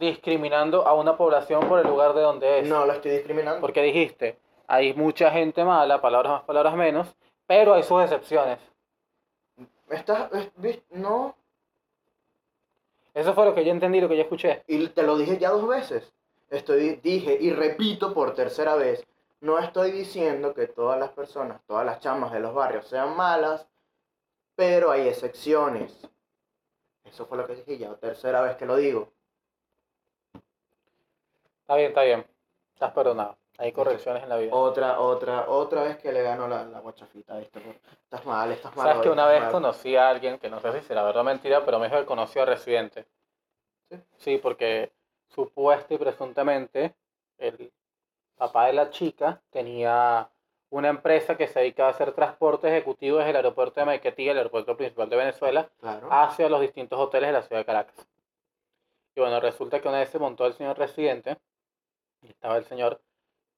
Speaker 1: discriminando a una población por el lugar de donde es.
Speaker 2: No lo estoy discriminando.
Speaker 1: Porque dijiste, hay mucha gente mala, palabras más, palabras menos, pero hay sus excepciones.
Speaker 2: Estás, es- vis- no,
Speaker 1: Eso fue lo que yo entendí, lo que yo escuché.
Speaker 2: y te lo dije ya dos veces. Estoy, dije y repito por tercera vez, no estoy diciendo que todas las personas, todas las chamas de los barrios sean malas, pero hay excepciones. Eso fue lo que dije ya, tercera vez que lo digo.
Speaker 1: Está bien, está bien. Estás perdonado. Hay correcciones en la vida.
Speaker 2: Otra, otra, otra vez que le ganó la, la guachafita, ¿viste? Por- Estás mal, estás mal.
Speaker 1: Sabes que
Speaker 2: hoy,
Speaker 1: una
Speaker 2: estás
Speaker 1: vez
Speaker 2: mal.
Speaker 1: conocí a alguien, que no sé si será verdad o mentira, pero me dijo que conoció a Residente.
Speaker 2: ¿Sí?
Speaker 1: Sí, porque supuesto y presuntamente el papá de la chica tenía una empresa que se dedicaba a hacer transporte ejecutivo desde el aeropuerto de Maiquetía, el aeropuerto principal de Venezuela,
Speaker 2: Claro.
Speaker 1: hacia los distintos hoteles de la ciudad de Caracas. Y bueno, resulta que una vez se montó el señor Residente, y estaba el señor,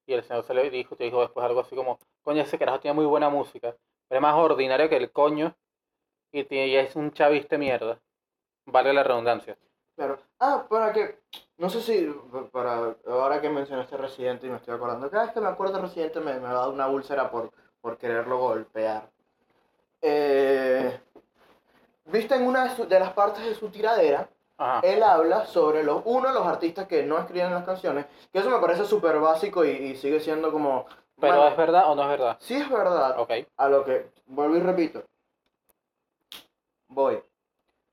Speaker 1: y el señor salió y dijo, te dijo después algo así como, coño, ese carajo tiene muy buena música, pero es más ordinario que el coño, y, ti- y es un chaviste mierda. Vale la redundancia.
Speaker 2: Claro. Ah, para que. No sé si. Para, ahora que mencionaste Residente y me estoy acordando. Cada vez que me acuerdo de Residente me, me da una úlcera por, por quererlo golpear. Eh, Viste en una de, su- de las partes de su tiradera,
Speaker 1: Ajá.
Speaker 2: él habla sobre los. Uno de los artistas que no escriben las canciones. Que eso me parece súper básico y, y sigue siendo como.
Speaker 1: Pero
Speaker 2: bueno,
Speaker 1: ¿es verdad o no es verdad?
Speaker 2: sí es verdad
Speaker 1: Ok.
Speaker 2: a lo que vuelvo y repito. Voy.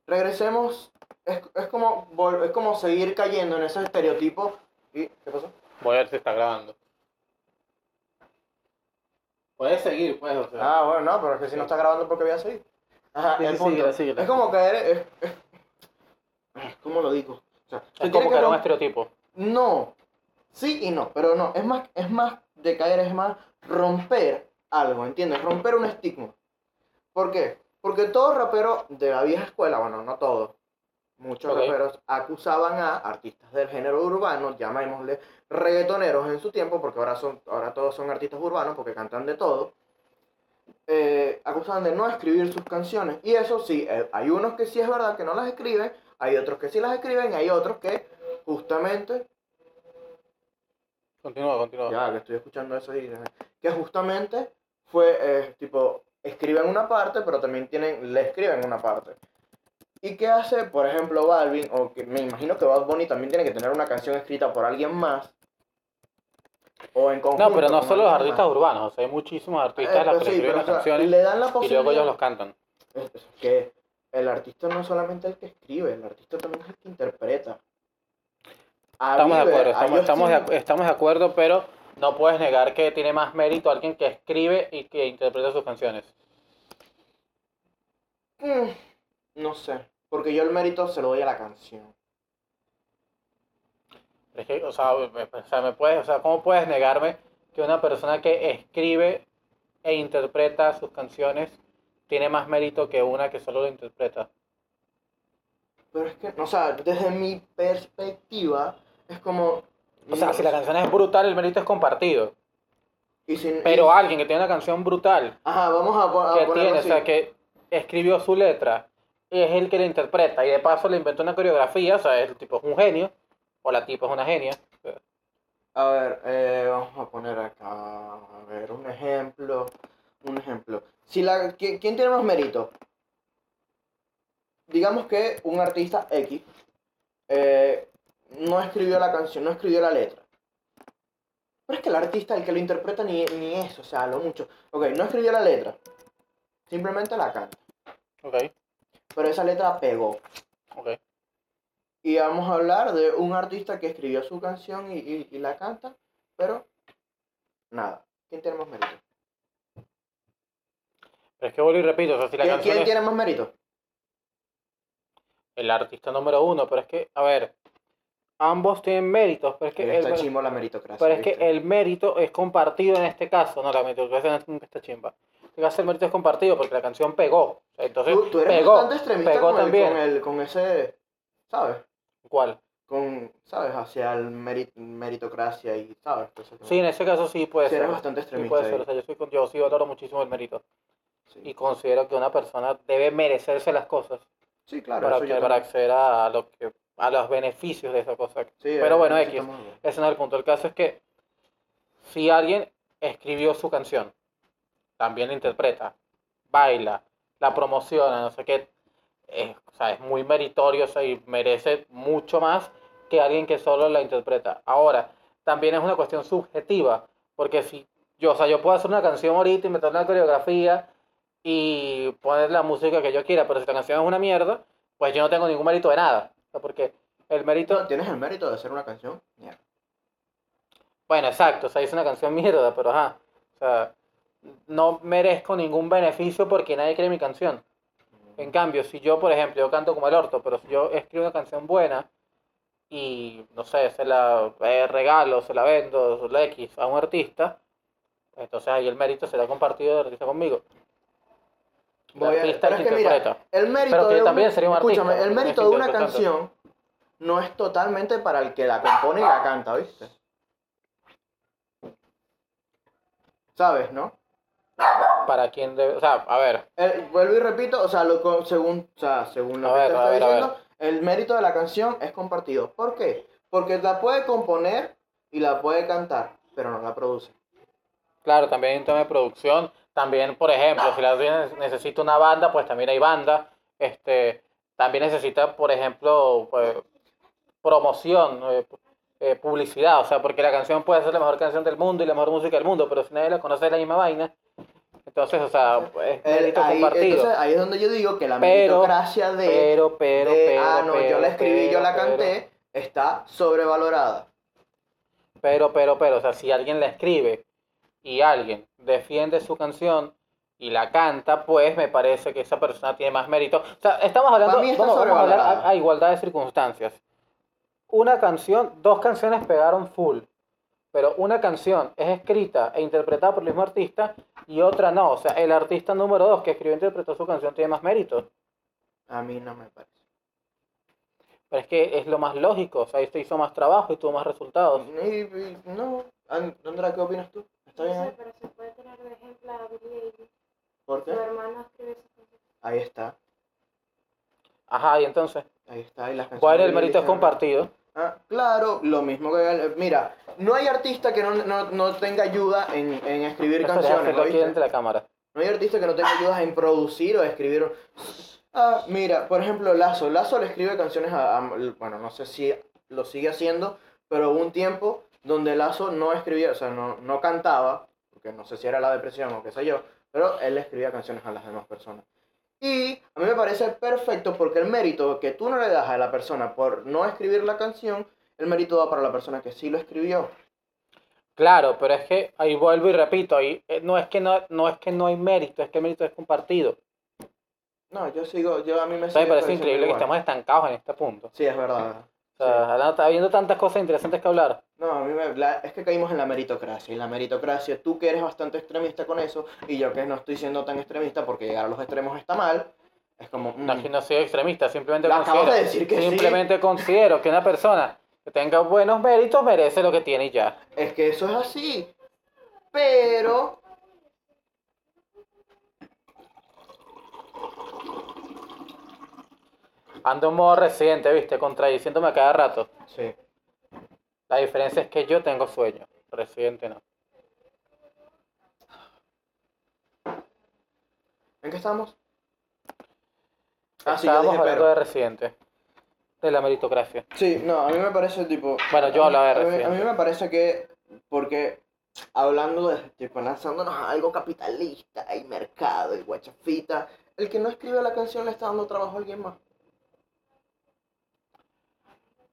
Speaker 2: Regresemos. Es, es como, vol- es como seguir cayendo en esos estereotipos. ¿Y qué pasó?
Speaker 1: Voy a ver si está grabando. Puedes seguir, pues, o sea.
Speaker 2: Ah, bueno, no, pero es que si no está grabando, porque voy a seguir? Ajá,
Speaker 1: Sí,
Speaker 2: el
Speaker 1: sí,
Speaker 2: punto.
Speaker 1: síguela, síguela.
Speaker 2: Es como caer. Es, es- ¿Cómo lo digo? O sea, tú
Speaker 1: es
Speaker 2: tienes
Speaker 1: como
Speaker 2: que
Speaker 1: que era un
Speaker 2: romp-
Speaker 1: estereotipo.
Speaker 2: No. Sí y no, pero no. Es más, es más de caer, es más romper algo, ¿entiendes? Romper un estigma. ¿Por qué? Porque todos raperos de la vieja escuela, bueno, no todos, muchos
Speaker 1: Ok.
Speaker 2: raperos acusaban a artistas del género urbano, llamémosle reggaetoneros en su tiempo, porque ahora, son, ahora todos son artistas urbanos porque cantan de todo. eh, acusaban de no escribir sus canciones. Y eso sí, eh, hay unos que sí es verdad que no las escriben, hay otros que sí las escriben, y hay otros que justamente
Speaker 1: Continúa, continúa.
Speaker 2: ya, que estoy escuchando eso y eh, que justamente fue eh, tipo escriben una parte, pero también tienen le escriben una parte. ¿Y qué hace, por ejemplo, Balvin o que me imagino que Bad Bunny también tiene que tener una canción escrita por alguien más o en conjunto?
Speaker 1: No, pero no
Speaker 2: con
Speaker 1: solo los
Speaker 2: alguien
Speaker 1: artistas
Speaker 2: más.
Speaker 1: urbanos, o sea, hay muchísimos artistas
Speaker 2: Eh,
Speaker 1: las
Speaker 2: pero
Speaker 1: que
Speaker 2: sí,
Speaker 1: escriben
Speaker 2: pero,
Speaker 1: las
Speaker 2: o sea,
Speaker 1: canciones
Speaker 2: le dan la
Speaker 1: y luego ellos
Speaker 2: posibilidad
Speaker 1: los cantan.
Speaker 2: es- es que el artista no es solamente el que escribe, el artista también es el que interpreta. A
Speaker 1: Estamos de
Speaker 2: Bieber,
Speaker 1: acuerdo,
Speaker 2: a
Speaker 1: estamos, estamos, de,
Speaker 2: Justin-
Speaker 1: acu- estamos de acuerdo, pero no puedes negar que tiene más mérito alguien que escribe y que interpreta sus canciones.
Speaker 2: Mm, No sé, porque yo el mérito se lo doy a la canción.
Speaker 1: Es que, o sea, me- o sea, me puedes, o sea, ¿cómo puedes negarme que una persona que escribe e interpreta sus canciones tiene más mérito que una que solo lo interpreta?
Speaker 2: Pero es que, o sea, desde mi perspectiva, es como...
Speaker 1: O sea,
Speaker 2: no,
Speaker 1: si la canción es brutal, el mérito es compartido.
Speaker 2: y sin-
Speaker 1: Pero
Speaker 2: y-
Speaker 1: alguien que tiene una canción brutal
Speaker 2: Ajá, vamos a, po- a
Speaker 1: que
Speaker 2: ponerlo
Speaker 1: tiene, o
Speaker 2: así.
Speaker 1: sea, que escribió su letra y es el que la interpreta y de paso le inventó una coreografía, o sea, el tipo es un genio o la tipa es una genia.
Speaker 2: A ver, eh, vamos a poner acá, a ver, un ejemplo, un ejemplo. Si la, ¿quién, quién tiene más mérito? Digamos que un artista X eh, no escribió la canción, no escribió la letra. Pero es que el artista, el que lo interpreta, ni, ni eso, o sea, lo mucho. Ok, no escribió la letra, simplemente la canta.
Speaker 1: Ok,
Speaker 2: Pero esa letra pegó.
Speaker 1: ok.
Speaker 2: Y vamos a hablar de un artista que escribió su canción y, y- y la canta, pero nada. ¿Quién tiene más mérito?
Speaker 1: Pero es que vuelvo y repito, o sea, si la
Speaker 2: ¿Quién,
Speaker 1: canción
Speaker 2: quién
Speaker 1: es
Speaker 2: tiene más mérito?
Speaker 1: el artista número uno, pero es que, a ver, ambos tienen méritos, pero es que,
Speaker 2: está
Speaker 1: el,
Speaker 2: chimbo la meritocracia.
Speaker 1: pero es que
Speaker 2: ¿viste?
Speaker 1: el mérito es compartido en este caso, no, la meritocracia nunca está chimba. En este caso el mérito es compartido porque la canción pegó, entonces
Speaker 2: tú, tú eres
Speaker 1: pegó,
Speaker 2: bastante extremista
Speaker 1: pegó
Speaker 2: con, el-
Speaker 1: también.
Speaker 2: con el- con ese, ¿sabes?
Speaker 1: ¿Cuál?
Speaker 2: Con, ¿sabes? Hacia el meri- meritocracia y, ¿sabes? Entonces,
Speaker 1: Sí, en ese caso sí puede
Speaker 2: sí
Speaker 1: ser.
Speaker 2: eres bastante
Speaker 1: Sí
Speaker 2: extremista.
Speaker 1: puede ser,
Speaker 2: ahí,
Speaker 1: o sea, yo, soy con- yo sí valoro muchísimo el mérito
Speaker 2: sí.
Speaker 1: y considero que una persona debe merecerse las cosas
Speaker 2: Sí, claro.
Speaker 1: para,
Speaker 2: eso yo
Speaker 1: que- para
Speaker 2: también.
Speaker 1: acceder a, lo que, a los beneficios de esa cosa.
Speaker 2: Sí,
Speaker 1: pero
Speaker 2: eh,
Speaker 1: bueno,
Speaker 2: eso
Speaker 1: X.
Speaker 2: estamos de acuerdo.
Speaker 1: Ese no es el punto. El caso es que si alguien escribió su canción, también la interpreta, baila, la promociona, no sé qué, es, o sea, es muy meritorio o sea, y merece mucho más que alguien que solo la interpreta. Ahora, también es una cuestión subjetiva, porque si yo, o sea, yo puedo hacer una canción ahorita y meter una coreografía y poner la música que yo quiera, pero si la canción es una mierda, pues yo no tengo ningún mérito de nada. O sea, porque el mérito
Speaker 2: No, ¿Tienes el mérito de hacer una canción? Mierda.
Speaker 1: Bueno, exacto, o sea, hice una canción mierda, pero ajá. O sea, no merezco ningún beneficio porque nadie cree mi canción. En cambio, si yo, por ejemplo, yo canto como el orto, pero si yo escribo una canción buena y, no sé, se la eh, regalo, se la vendo, se la X a un artista, entonces ahí el mérito será compartido del artista conmigo. El
Speaker 2: Voy a-
Speaker 1: artista
Speaker 2: pero
Speaker 1: que
Speaker 2: es que mira,
Speaker 1: interpreta.
Speaker 2: El mérito
Speaker 1: Pero que
Speaker 2: de un-
Speaker 1: también sería un artista,
Speaker 2: escúchame, el
Speaker 1: porque
Speaker 2: mérito de
Speaker 1: tienes que
Speaker 2: una
Speaker 1: interpretar.
Speaker 2: canción no es totalmente para el que la compone y la canta, ¿viste? ¿Sabes, no?
Speaker 1: Para quien debe. O sea, a ver,
Speaker 2: El- vuelvo y repito, o sea, lo, co- según, o sea, según lo
Speaker 1: A
Speaker 2: que
Speaker 1: ver,
Speaker 2: te
Speaker 1: a
Speaker 2: estoy
Speaker 1: ver, a
Speaker 2: diciendo, el mérito de la canción es compartido. ¿Por qué? Porque la puede componer y la puede cantar, pero no la produce.
Speaker 1: claro, también hay un tema de producción. También, por ejemplo, si la necesita una banda, pues también hay banda. Este, también necesita, por ejemplo, pues, promoción, eh, pu- eh, publicidad. O sea, porque la canción puede ser la mejor canción del mundo y la mejor música del mundo, pero si nadie la conoce es la misma vaina. Entonces, o sea, es
Speaker 2: El-
Speaker 1: mérito
Speaker 2: ahí,
Speaker 1: compartido.
Speaker 2: entonces, ahí es donde yo digo que la
Speaker 1: Pero-
Speaker 2: meritocracia de...
Speaker 1: pero, pero,
Speaker 2: de,
Speaker 1: pero.
Speaker 2: ah, no, yo
Speaker 1: pero,
Speaker 2: la escribí, yo
Speaker 1: pero,
Speaker 2: la
Speaker 1: pero.
Speaker 2: canté, está sobrevalorada.
Speaker 1: Pero, pero, pero, o sea, si alguien la escribe y alguien defiende su canción y la canta, pues me parece que esa persona tiene más mérito. O sea, estamos hablando,
Speaker 2: Para mí está
Speaker 1: vamos, vamos a hablar
Speaker 2: sobrevalorada.
Speaker 1: a, a igualdad de circunstancias. Una canción, dos canciones pegaron full. pero una canción es escrita e interpretada por el mismo artista y otra no. O sea, el artista número dos que escribió e interpretó su canción tiene más méritos.
Speaker 2: A mí no me parece.
Speaker 1: Pero es que es lo más lógico. O sea, ahí se hizo más trabajo y tuvo más resultados.
Speaker 2: Y- y- no, An- Andra, ¿qué opinas tú? ¿Está
Speaker 3: No
Speaker 2: bien?
Speaker 3: sé,
Speaker 2: ahí?
Speaker 3: pero se puede tener de ejemplo a Billie Eilish.
Speaker 2: ¿Por
Speaker 3: Su
Speaker 2: qué?
Speaker 3: hermano escribe sus canciones.
Speaker 2: Ahí está,
Speaker 1: Ajá, y entonces,
Speaker 2: ahí está. Y las canciones
Speaker 1: ¿cuál es el
Speaker 2: de
Speaker 1: mérito
Speaker 2: Billie
Speaker 1: es compartido?
Speaker 2: Ah, claro, lo mismo que... Mira, no hay artista que no, no, no tenga ayuda en, en escribir
Speaker 1: Eso le hace
Speaker 2: canciones,
Speaker 1: lo
Speaker 2: ¿oíste?
Speaker 1: que entre la cámara.
Speaker 2: No hay artista que no tenga ayudas en producir o escribir. Ah, mira, por ejemplo, Lazo. Lazo le escribe canciones a, a- Bueno, no sé si lo sigue haciendo, pero hubo un tiempo donde Lazo no escribía, o sea, no, no cantaba, porque no sé si era la depresión o qué sé yo, pero él le escribía canciones a las demás personas. Y a mí me parece perfecto porque el mérito que tú no le das a la persona por no escribir la canción, el mérito va para la persona que sí lo escribió.
Speaker 1: Claro, pero es que ahí vuelvo y repito, ahí eh, no es que no, no es que no hay mérito, es que el mérito es compartido.
Speaker 2: No, yo sigo, yo a mí me
Speaker 1: O sea, me
Speaker 2: sigue
Speaker 1: parece
Speaker 2: pareciendo
Speaker 1: increíble que
Speaker 2: igual.
Speaker 1: estamos estancados en este punto.
Speaker 2: Sí, es verdad.
Speaker 1: O sea,
Speaker 2: Sí.
Speaker 1: Alan, está habiendo tantas cosas interesantes que hablar.
Speaker 2: No, a mí me, la- es que caímos en la meritocracia. Y la meritocracia, tú que eres bastante extremista con eso, y yo que no estoy siendo tan extremista porque llegar a los extremos está mal, es como. mm,
Speaker 1: No, es que no soy extremista, simplemente
Speaker 2: Lo
Speaker 1: considero,
Speaker 2: acabas de decir que sí.
Speaker 1: simplemente considero que una persona que tenga buenos méritos merece lo que tiene y ya.
Speaker 2: Es que eso es así. Pero.
Speaker 1: Ando en modo residente, viste, contradiciéndome a cada rato.
Speaker 2: Sí.
Speaker 1: La diferencia es que yo tengo sueño, residente no.
Speaker 2: ¿En qué estamos? Ah, sí, yo
Speaker 1: Estábamos
Speaker 2: dije
Speaker 1: hablando
Speaker 2: pero.
Speaker 1: de residente, de la meritocracia.
Speaker 2: Sí, no, a mí me parece tipo.
Speaker 1: Bueno, yo
Speaker 2: a mí-
Speaker 1: hablaba de
Speaker 2: a mí- A mí
Speaker 1: Residente.
Speaker 2: me parece que. Porque hablando de. Tipo, lanzándonos a algo capitalista, hay mercado, y guachafita. El que no escribe la canción le está dando trabajo a alguien más.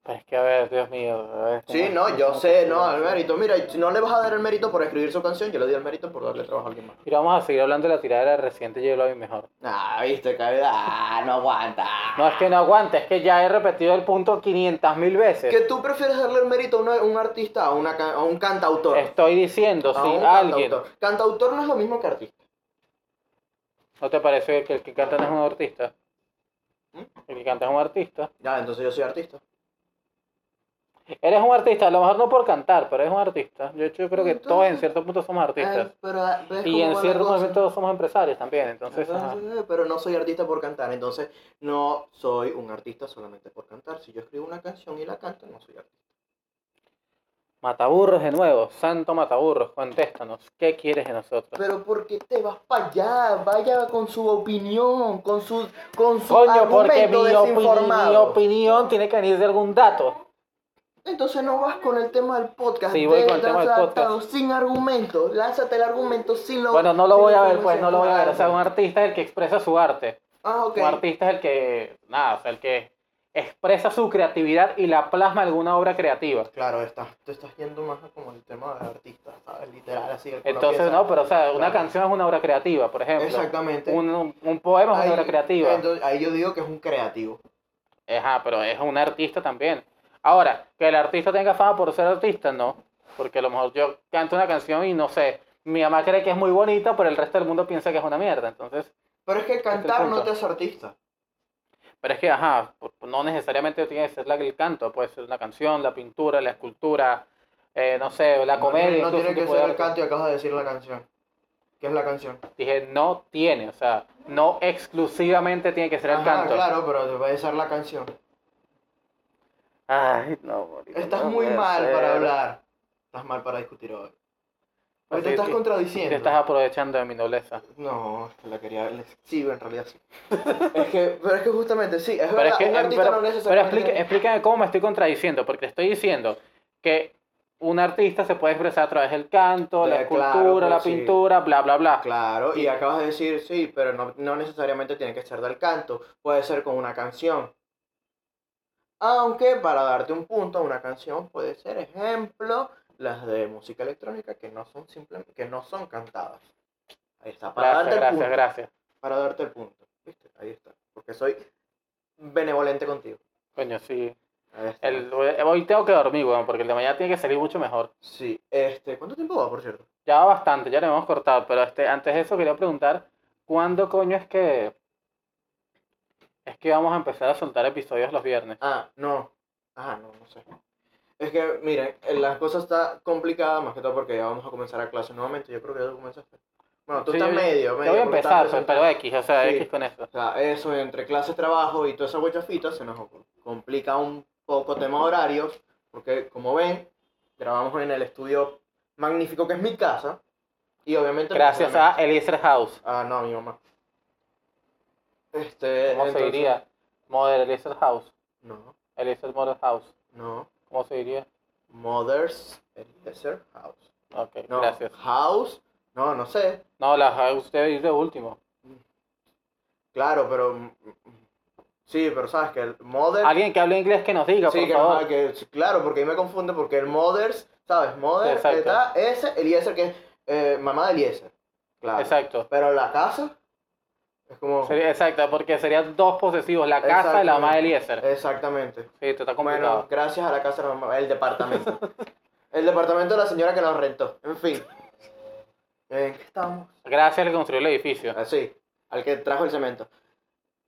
Speaker 1: Pero es que, a ver, Dios mío. a ver,
Speaker 2: Sí,
Speaker 1: ¿cómo-
Speaker 2: no, yo
Speaker 1: cómo
Speaker 2: sé,
Speaker 1: te-
Speaker 2: no, al mérito. Mira, si no le vas a dar el mérito por escribir su canción, yo le doy el mérito por darle trabajo a alguien más.
Speaker 1: Y vamos a seguir hablando de la tirada de Residente y yo lo vi mejor.
Speaker 2: Ah, viste, cabrón, ah, no aguanta.
Speaker 1: No, es que no aguanta, es que ya he repetido el punto 500 mil veces.
Speaker 2: Que tú prefieres darle el mérito a una- un artista, a, una, ca- a un cantautor.
Speaker 1: Estoy diciendo,
Speaker 2: a
Speaker 1: si
Speaker 2: un
Speaker 1: alguien.
Speaker 2: Cantautor. Cantautor no es lo mismo que artista.
Speaker 1: ¿No te parece que el que canta no es un artista?
Speaker 2: ¿Mm?
Speaker 1: El que canta es un artista.
Speaker 2: Ya, entonces yo soy artista.
Speaker 1: Eres un artista, a lo mejor no por cantar, pero eres un artista. Yo, yo creo que
Speaker 2: Entonces-
Speaker 1: todos en cierto punto somos artistas.
Speaker 2: Ay, pero, ah, ¿ves
Speaker 1: y
Speaker 2: cómo
Speaker 1: en
Speaker 2: va la
Speaker 1: cierto
Speaker 2: cosa?
Speaker 1: momento somos empresarios también, entonces. ajá.
Speaker 2: Entonces, eh, pero no soy artista por cantar, entonces no soy un artista solamente por cantar. Si yo escribo una canción y la canto, no soy artista.
Speaker 1: Mataburros de nuevo, santo mataburros, contéstanos, ¿qué quieres de nosotros?
Speaker 2: Pero ¿por qué te vas para allá? Vaya con su opinión, con su, con su
Speaker 1: Coño, porque mi,
Speaker 2: argumento
Speaker 1: opini- mi
Speaker 2: desinformado.
Speaker 1: opinión tiene que venir de algún dato.
Speaker 2: Entonces no vas con el tema del podcast.
Speaker 1: Sí, voy
Speaker 2: Ve,
Speaker 1: con el tema del
Speaker 2: lánzate
Speaker 1: podcast.
Speaker 2: Sin argumento, lánzate el argumento sin lo
Speaker 1: Bueno, no lo
Speaker 2: sin
Speaker 1: voy a ver,
Speaker 2: información.
Speaker 1: pues no lo voy a ver. O sea, un artista es el que expresa su arte.
Speaker 2: Ah, ok.
Speaker 1: Un artista es el que, nada, o sea, el que expresa su creatividad y la plasma en alguna obra creativa.
Speaker 2: Claro, estás, tú estás yendo más a como el tema de artista, ¿sabes? Literal, así. el que lo
Speaker 1: Entonces,
Speaker 2: piensa.
Speaker 1: no, pero o sea, una
Speaker 2: Claro.
Speaker 1: canción es una obra creativa, por ejemplo.
Speaker 2: Exactamente.
Speaker 1: Un, un poema es una obra creativa.
Speaker 2: entonces, ahí yo digo que es un creativo.
Speaker 1: Ajá, pero es un artista también. Ahora, que el artista tenga fama por ser artista, no. Porque a lo mejor yo canto una canción y no sé, mi mamá cree que es muy bonita, pero el resto del mundo piensa que es una mierda. Entonces,
Speaker 2: Pero es que
Speaker 1: el
Speaker 2: cantar no
Speaker 1: Este punto.
Speaker 2: te hace artista.
Speaker 1: pero es que, ajá, por- no necesariamente tiene que ser la, el canto, puede ser una canción, la pintura, la escultura, eh, no sé, la
Speaker 2: No tiene-
Speaker 1: comedia.
Speaker 2: no
Speaker 1: incluso
Speaker 2: tiene
Speaker 1: un
Speaker 2: que
Speaker 1: tipo de
Speaker 2: ser el
Speaker 1: arte.
Speaker 2: canto y acabas de decir la canción. ¿Qué es la canción?
Speaker 1: Dije, no tiene, o sea, no exclusivamente tiene que ser el
Speaker 2: Ajá,
Speaker 1: canto.
Speaker 2: Claro, pero puede ser la canción.
Speaker 1: Ay, no, marico,
Speaker 2: Estás
Speaker 1: no
Speaker 2: muy
Speaker 1: puede
Speaker 2: mal
Speaker 1: ser.
Speaker 2: para hablar. Estás mal para discutir hoy. Hoy
Speaker 1: Así
Speaker 2: te estás
Speaker 1: que-
Speaker 2: contradiciendo.
Speaker 1: Te estás aprovechando de mi nobleza.
Speaker 2: No, es que la quería. la exhibo en realidad
Speaker 1: *laughs*
Speaker 2: sí. es que, pero es que justamente sí, es
Speaker 1: Pero
Speaker 2: verdad.
Speaker 1: es que,
Speaker 2: un
Speaker 1: eh,
Speaker 2: artista
Speaker 1: pero-
Speaker 2: no
Speaker 1: pero
Speaker 2: necesariamente.
Speaker 1: explique- explícame cómo me estoy contradiciendo, porque estoy diciendo que un artista se puede expresar a través del canto, la
Speaker 2: Ya, claro,
Speaker 1: escultura, la
Speaker 2: pues, sí.
Speaker 1: pintura, bla, bla, bla.
Speaker 2: Claro, y acabas de decir sí, pero no, no necesariamente tiene que ser del canto. Puede ser con una canción. Aunque, para darte un punto, una canción puede ser, ejemplo, las de música electrónica que no son simplemente, que no son cantadas. Ahí está, para
Speaker 1: Gracias,
Speaker 2: darte el
Speaker 1: gracias,
Speaker 2: punto.
Speaker 1: gracias.
Speaker 2: para darte el punto. ¿Viste? Ahí está. Porque soy benevolente contigo.
Speaker 1: Coño, sí.
Speaker 2: Ahí está.
Speaker 1: El- hoy tengo que dormir, weón, porque el de mañana tiene que salir mucho mejor.
Speaker 2: Sí, este, ¿cuánto tiempo va, por cierto?
Speaker 1: Ya va bastante, ya lo hemos cortado, pero este, antes de eso quería preguntar, ¿cuándo coño es que es que vamos a empezar a soltar episodios los viernes?
Speaker 2: Ah, no. Ah, no, no sé. Es que, miren, eh, la cosa está complicada, más que todo porque ya vamos a comenzar a clase nuevamente. Yo creo que ya tú comenzaste. Bueno, tú
Speaker 1: Sí,
Speaker 2: estás
Speaker 1: yo-
Speaker 2: medio,
Speaker 1: Yo
Speaker 2: medio.
Speaker 1: voy a
Speaker 2: porque estás
Speaker 1: empezar, pues,
Speaker 2: presentando.
Speaker 1: pero X, o sea,
Speaker 2: Sí.
Speaker 1: X con eso.
Speaker 2: O sea, eso entre clase, trabajo y toda esa guachafita se nos complica un poco tema horarios, porque como ven, grabamos en el estudio magnífico que es mi casa, y obviamente... no
Speaker 1: Gracias
Speaker 2: solamente-
Speaker 1: a Eliezer House.
Speaker 2: Ah, no, mi mamá. Este...
Speaker 1: ¿Cómo se
Speaker 2: entonces-
Speaker 1: diría? Model Eliezer House.
Speaker 2: No,
Speaker 1: Eliezer Model House.
Speaker 2: no.
Speaker 1: ¿Cómo se diría?
Speaker 2: Mother's Desert House.
Speaker 1: Ok,
Speaker 2: No,
Speaker 1: gracias.
Speaker 2: House, no, no sé.
Speaker 1: No, la House debe ir de último.
Speaker 2: Claro, pero... mm, mm, Sí, pero sabes que el Mother...
Speaker 1: Alguien que hable inglés que nos diga,
Speaker 2: Sí,
Speaker 1: por
Speaker 2: que no,
Speaker 1: favor.
Speaker 2: que- claro, porque ahí me confunde porque el Mothers, ¿sabes? Mother
Speaker 1: Exacto.
Speaker 2: está ese, Eliezer que es eh, mamá de Eliezer. Claro.
Speaker 1: Exacto.
Speaker 2: Pero la casa es como.
Speaker 1: Sería- exacto, porque serían dos posesivos, la casa y la mamá de Eliezer.
Speaker 2: Exactamente.
Speaker 1: Sí, esto está
Speaker 2: Eh, Bueno,
Speaker 1: complicado.
Speaker 2: gracias a la casa de la mamá,
Speaker 1: *laughs*
Speaker 2: el departamento. el departamento de la señora que nos rentó. En fin. ¿En qué estamos?
Speaker 1: Gracias al que construyó el edificio.
Speaker 2: Así, Ah, al que trajo el cemento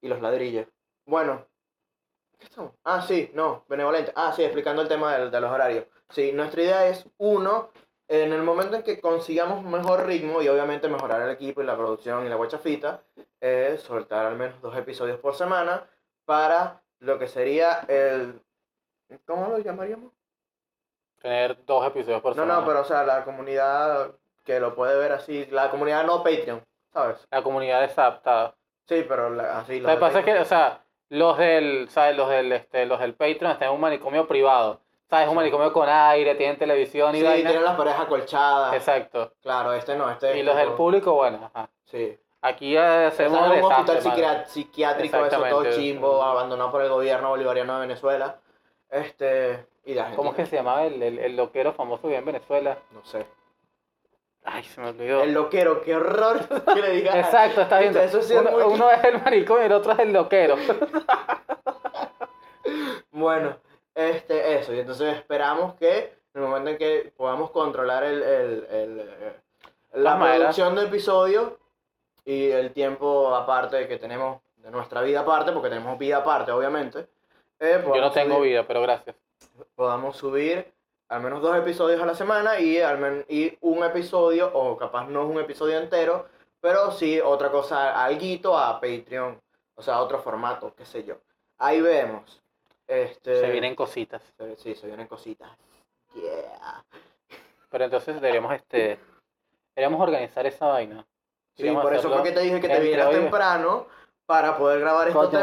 Speaker 2: y los ladrillos. Bueno, ¿qué estamos? Ah, sí, no, benevolente. Ah, sí, explicando el tema del- de, los horarios. Sí, nuestra idea es, uno, en el momento en que consigamos un mejor ritmo y obviamente mejorar el equipo y la producción y la guachafita, eh, soltar al menos dos episodios por semana para lo que sería el... ¿Cómo lo llamaríamos?
Speaker 1: Tener dos episodios por
Speaker 2: No,
Speaker 1: semana.
Speaker 2: no, pero o sea, la comunidad que lo puede ver así, la comunidad no Patreon, ¿sabes?
Speaker 1: La comunidad desadaptada.
Speaker 2: Sí, pero la- así...
Speaker 1: Lo que
Speaker 2: de
Speaker 1: pasa es que, o
Speaker 2: Patreon.
Speaker 1: sea, los del, ¿sabes? Los del, este, los del Patreon están en un manicomio privado. ¿Sabes? Un
Speaker 2: Sí.
Speaker 1: manicomio con aire, tienen televisión y
Speaker 2: Sí,
Speaker 1: vaina.
Speaker 2: tienen las parejas colchadas.
Speaker 1: Exacto.
Speaker 2: Claro, este no, este. es
Speaker 1: Y los del
Speaker 2: tipo-
Speaker 1: público, bueno, ajá.
Speaker 2: Sí.
Speaker 1: Aquí ya
Speaker 2: Están
Speaker 1: hacemos
Speaker 2: en un
Speaker 1: desastre,
Speaker 2: hospital
Speaker 1: mano.
Speaker 2: psiquiá- psiquiátrico, eso todo
Speaker 1: Exactamente.
Speaker 2: chimbo, abandonado por el gobierno bolivariano de Venezuela. Este. Y la gente.
Speaker 1: ¿Cómo es que se llamaba el, el, el loquero famoso que había en Venezuela?
Speaker 2: No sé.
Speaker 1: Ay, se me olvidó.
Speaker 2: El loquero, qué horror *laughs* que le digas.
Speaker 1: Exacto, está viendo.
Speaker 2: Eso sí es
Speaker 1: uno,
Speaker 2: muy-
Speaker 1: uno es el manicomio y el otro es el loquero.
Speaker 2: Bueno, este, eso. Y entonces esperamos que en el momento en que podamos controlar el, el, el, eh, la
Speaker 1: Las maderas.
Speaker 2: producción de episodios y el tiempo aparte que tenemos de nuestra vida aparte, porque tenemos vida aparte, obviamente.
Speaker 1: *laughs*
Speaker 2: eh,
Speaker 1: Yo no
Speaker 2: podamos
Speaker 1: tengo
Speaker 2: subir-
Speaker 1: vida, pero gracias.
Speaker 2: podamos subir al menos dos episodios a la semana y, al men- y un episodio, o capaz no es un episodio entero, pero sí otra cosa, alguito a Patreon, o sea, otro formato, qué sé yo. Ahí vemos. Este,
Speaker 1: Se vienen cositas.
Speaker 2: se- sí, se vienen cositas. Yeah.
Speaker 1: Pero entonces deberíamos, este, deberíamos organizar esa vaina.
Speaker 2: Sí,
Speaker 1: Queríamos
Speaker 2: por eso
Speaker 1: hacerlo
Speaker 2: fue que te dije que te
Speaker 1: entre
Speaker 2: vinieras
Speaker 1: hoy-
Speaker 2: temprano para poder grabar esto
Speaker 1: Coño, papá,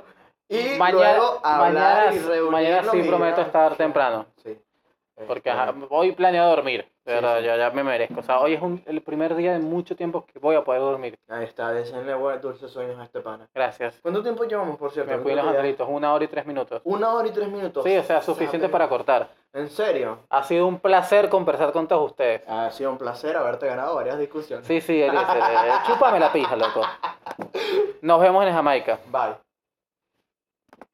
Speaker 1: o
Speaker 2: Y
Speaker 1: Mañana,
Speaker 2: luego hablar
Speaker 1: mañana,
Speaker 2: y reunirnos
Speaker 1: mañana sí
Speaker 2: y
Speaker 1: prometo
Speaker 2: grabar.
Speaker 1: estar temprano.
Speaker 2: Sí.
Speaker 1: Porque
Speaker 2: Este,
Speaker 1: ajá, hoy planeo dormir. De
Speaker 2: Sí,
Speaker 1: verdad,
Speaker 2: sí.
Speaker 1: Ya, ya me merezco. O sea, hoy es un- el primer día de mucho tiempo que voy a poder dormir.
Speaker 2: Ahí está, deseenle buenos dulces sueños a este pana.
Speaker 1: Gracias.
Speaker 2: ¿Cuánto tiempo llevamos, por cierto?
Speaker 1: Me
Speaker 2: Yo
Speaker 1: fui
Speaker 2: creo
Speaker 1: los
Speaker 2: que ya-
Speaker 1: angelitos, una hora y tres minutos.
Speaker 2: Una hora y tres minutos.
Speaker 1: Sí, o sea, suficiente
Speaker 2: Sabe.
Speaker 1: para cortar.
Speaker 2: ¿En serio?
Speaker 1: Ha sido un placer conversar con todos ustedes.
Speaker 2: Ha sido un placer haberte ganado varias discusiones.
Speaker 1: Sí, sí, Eliezer, eh, chúpame la pija, loco. Nos vemos en Jamaica.
Speaker 2: Bye.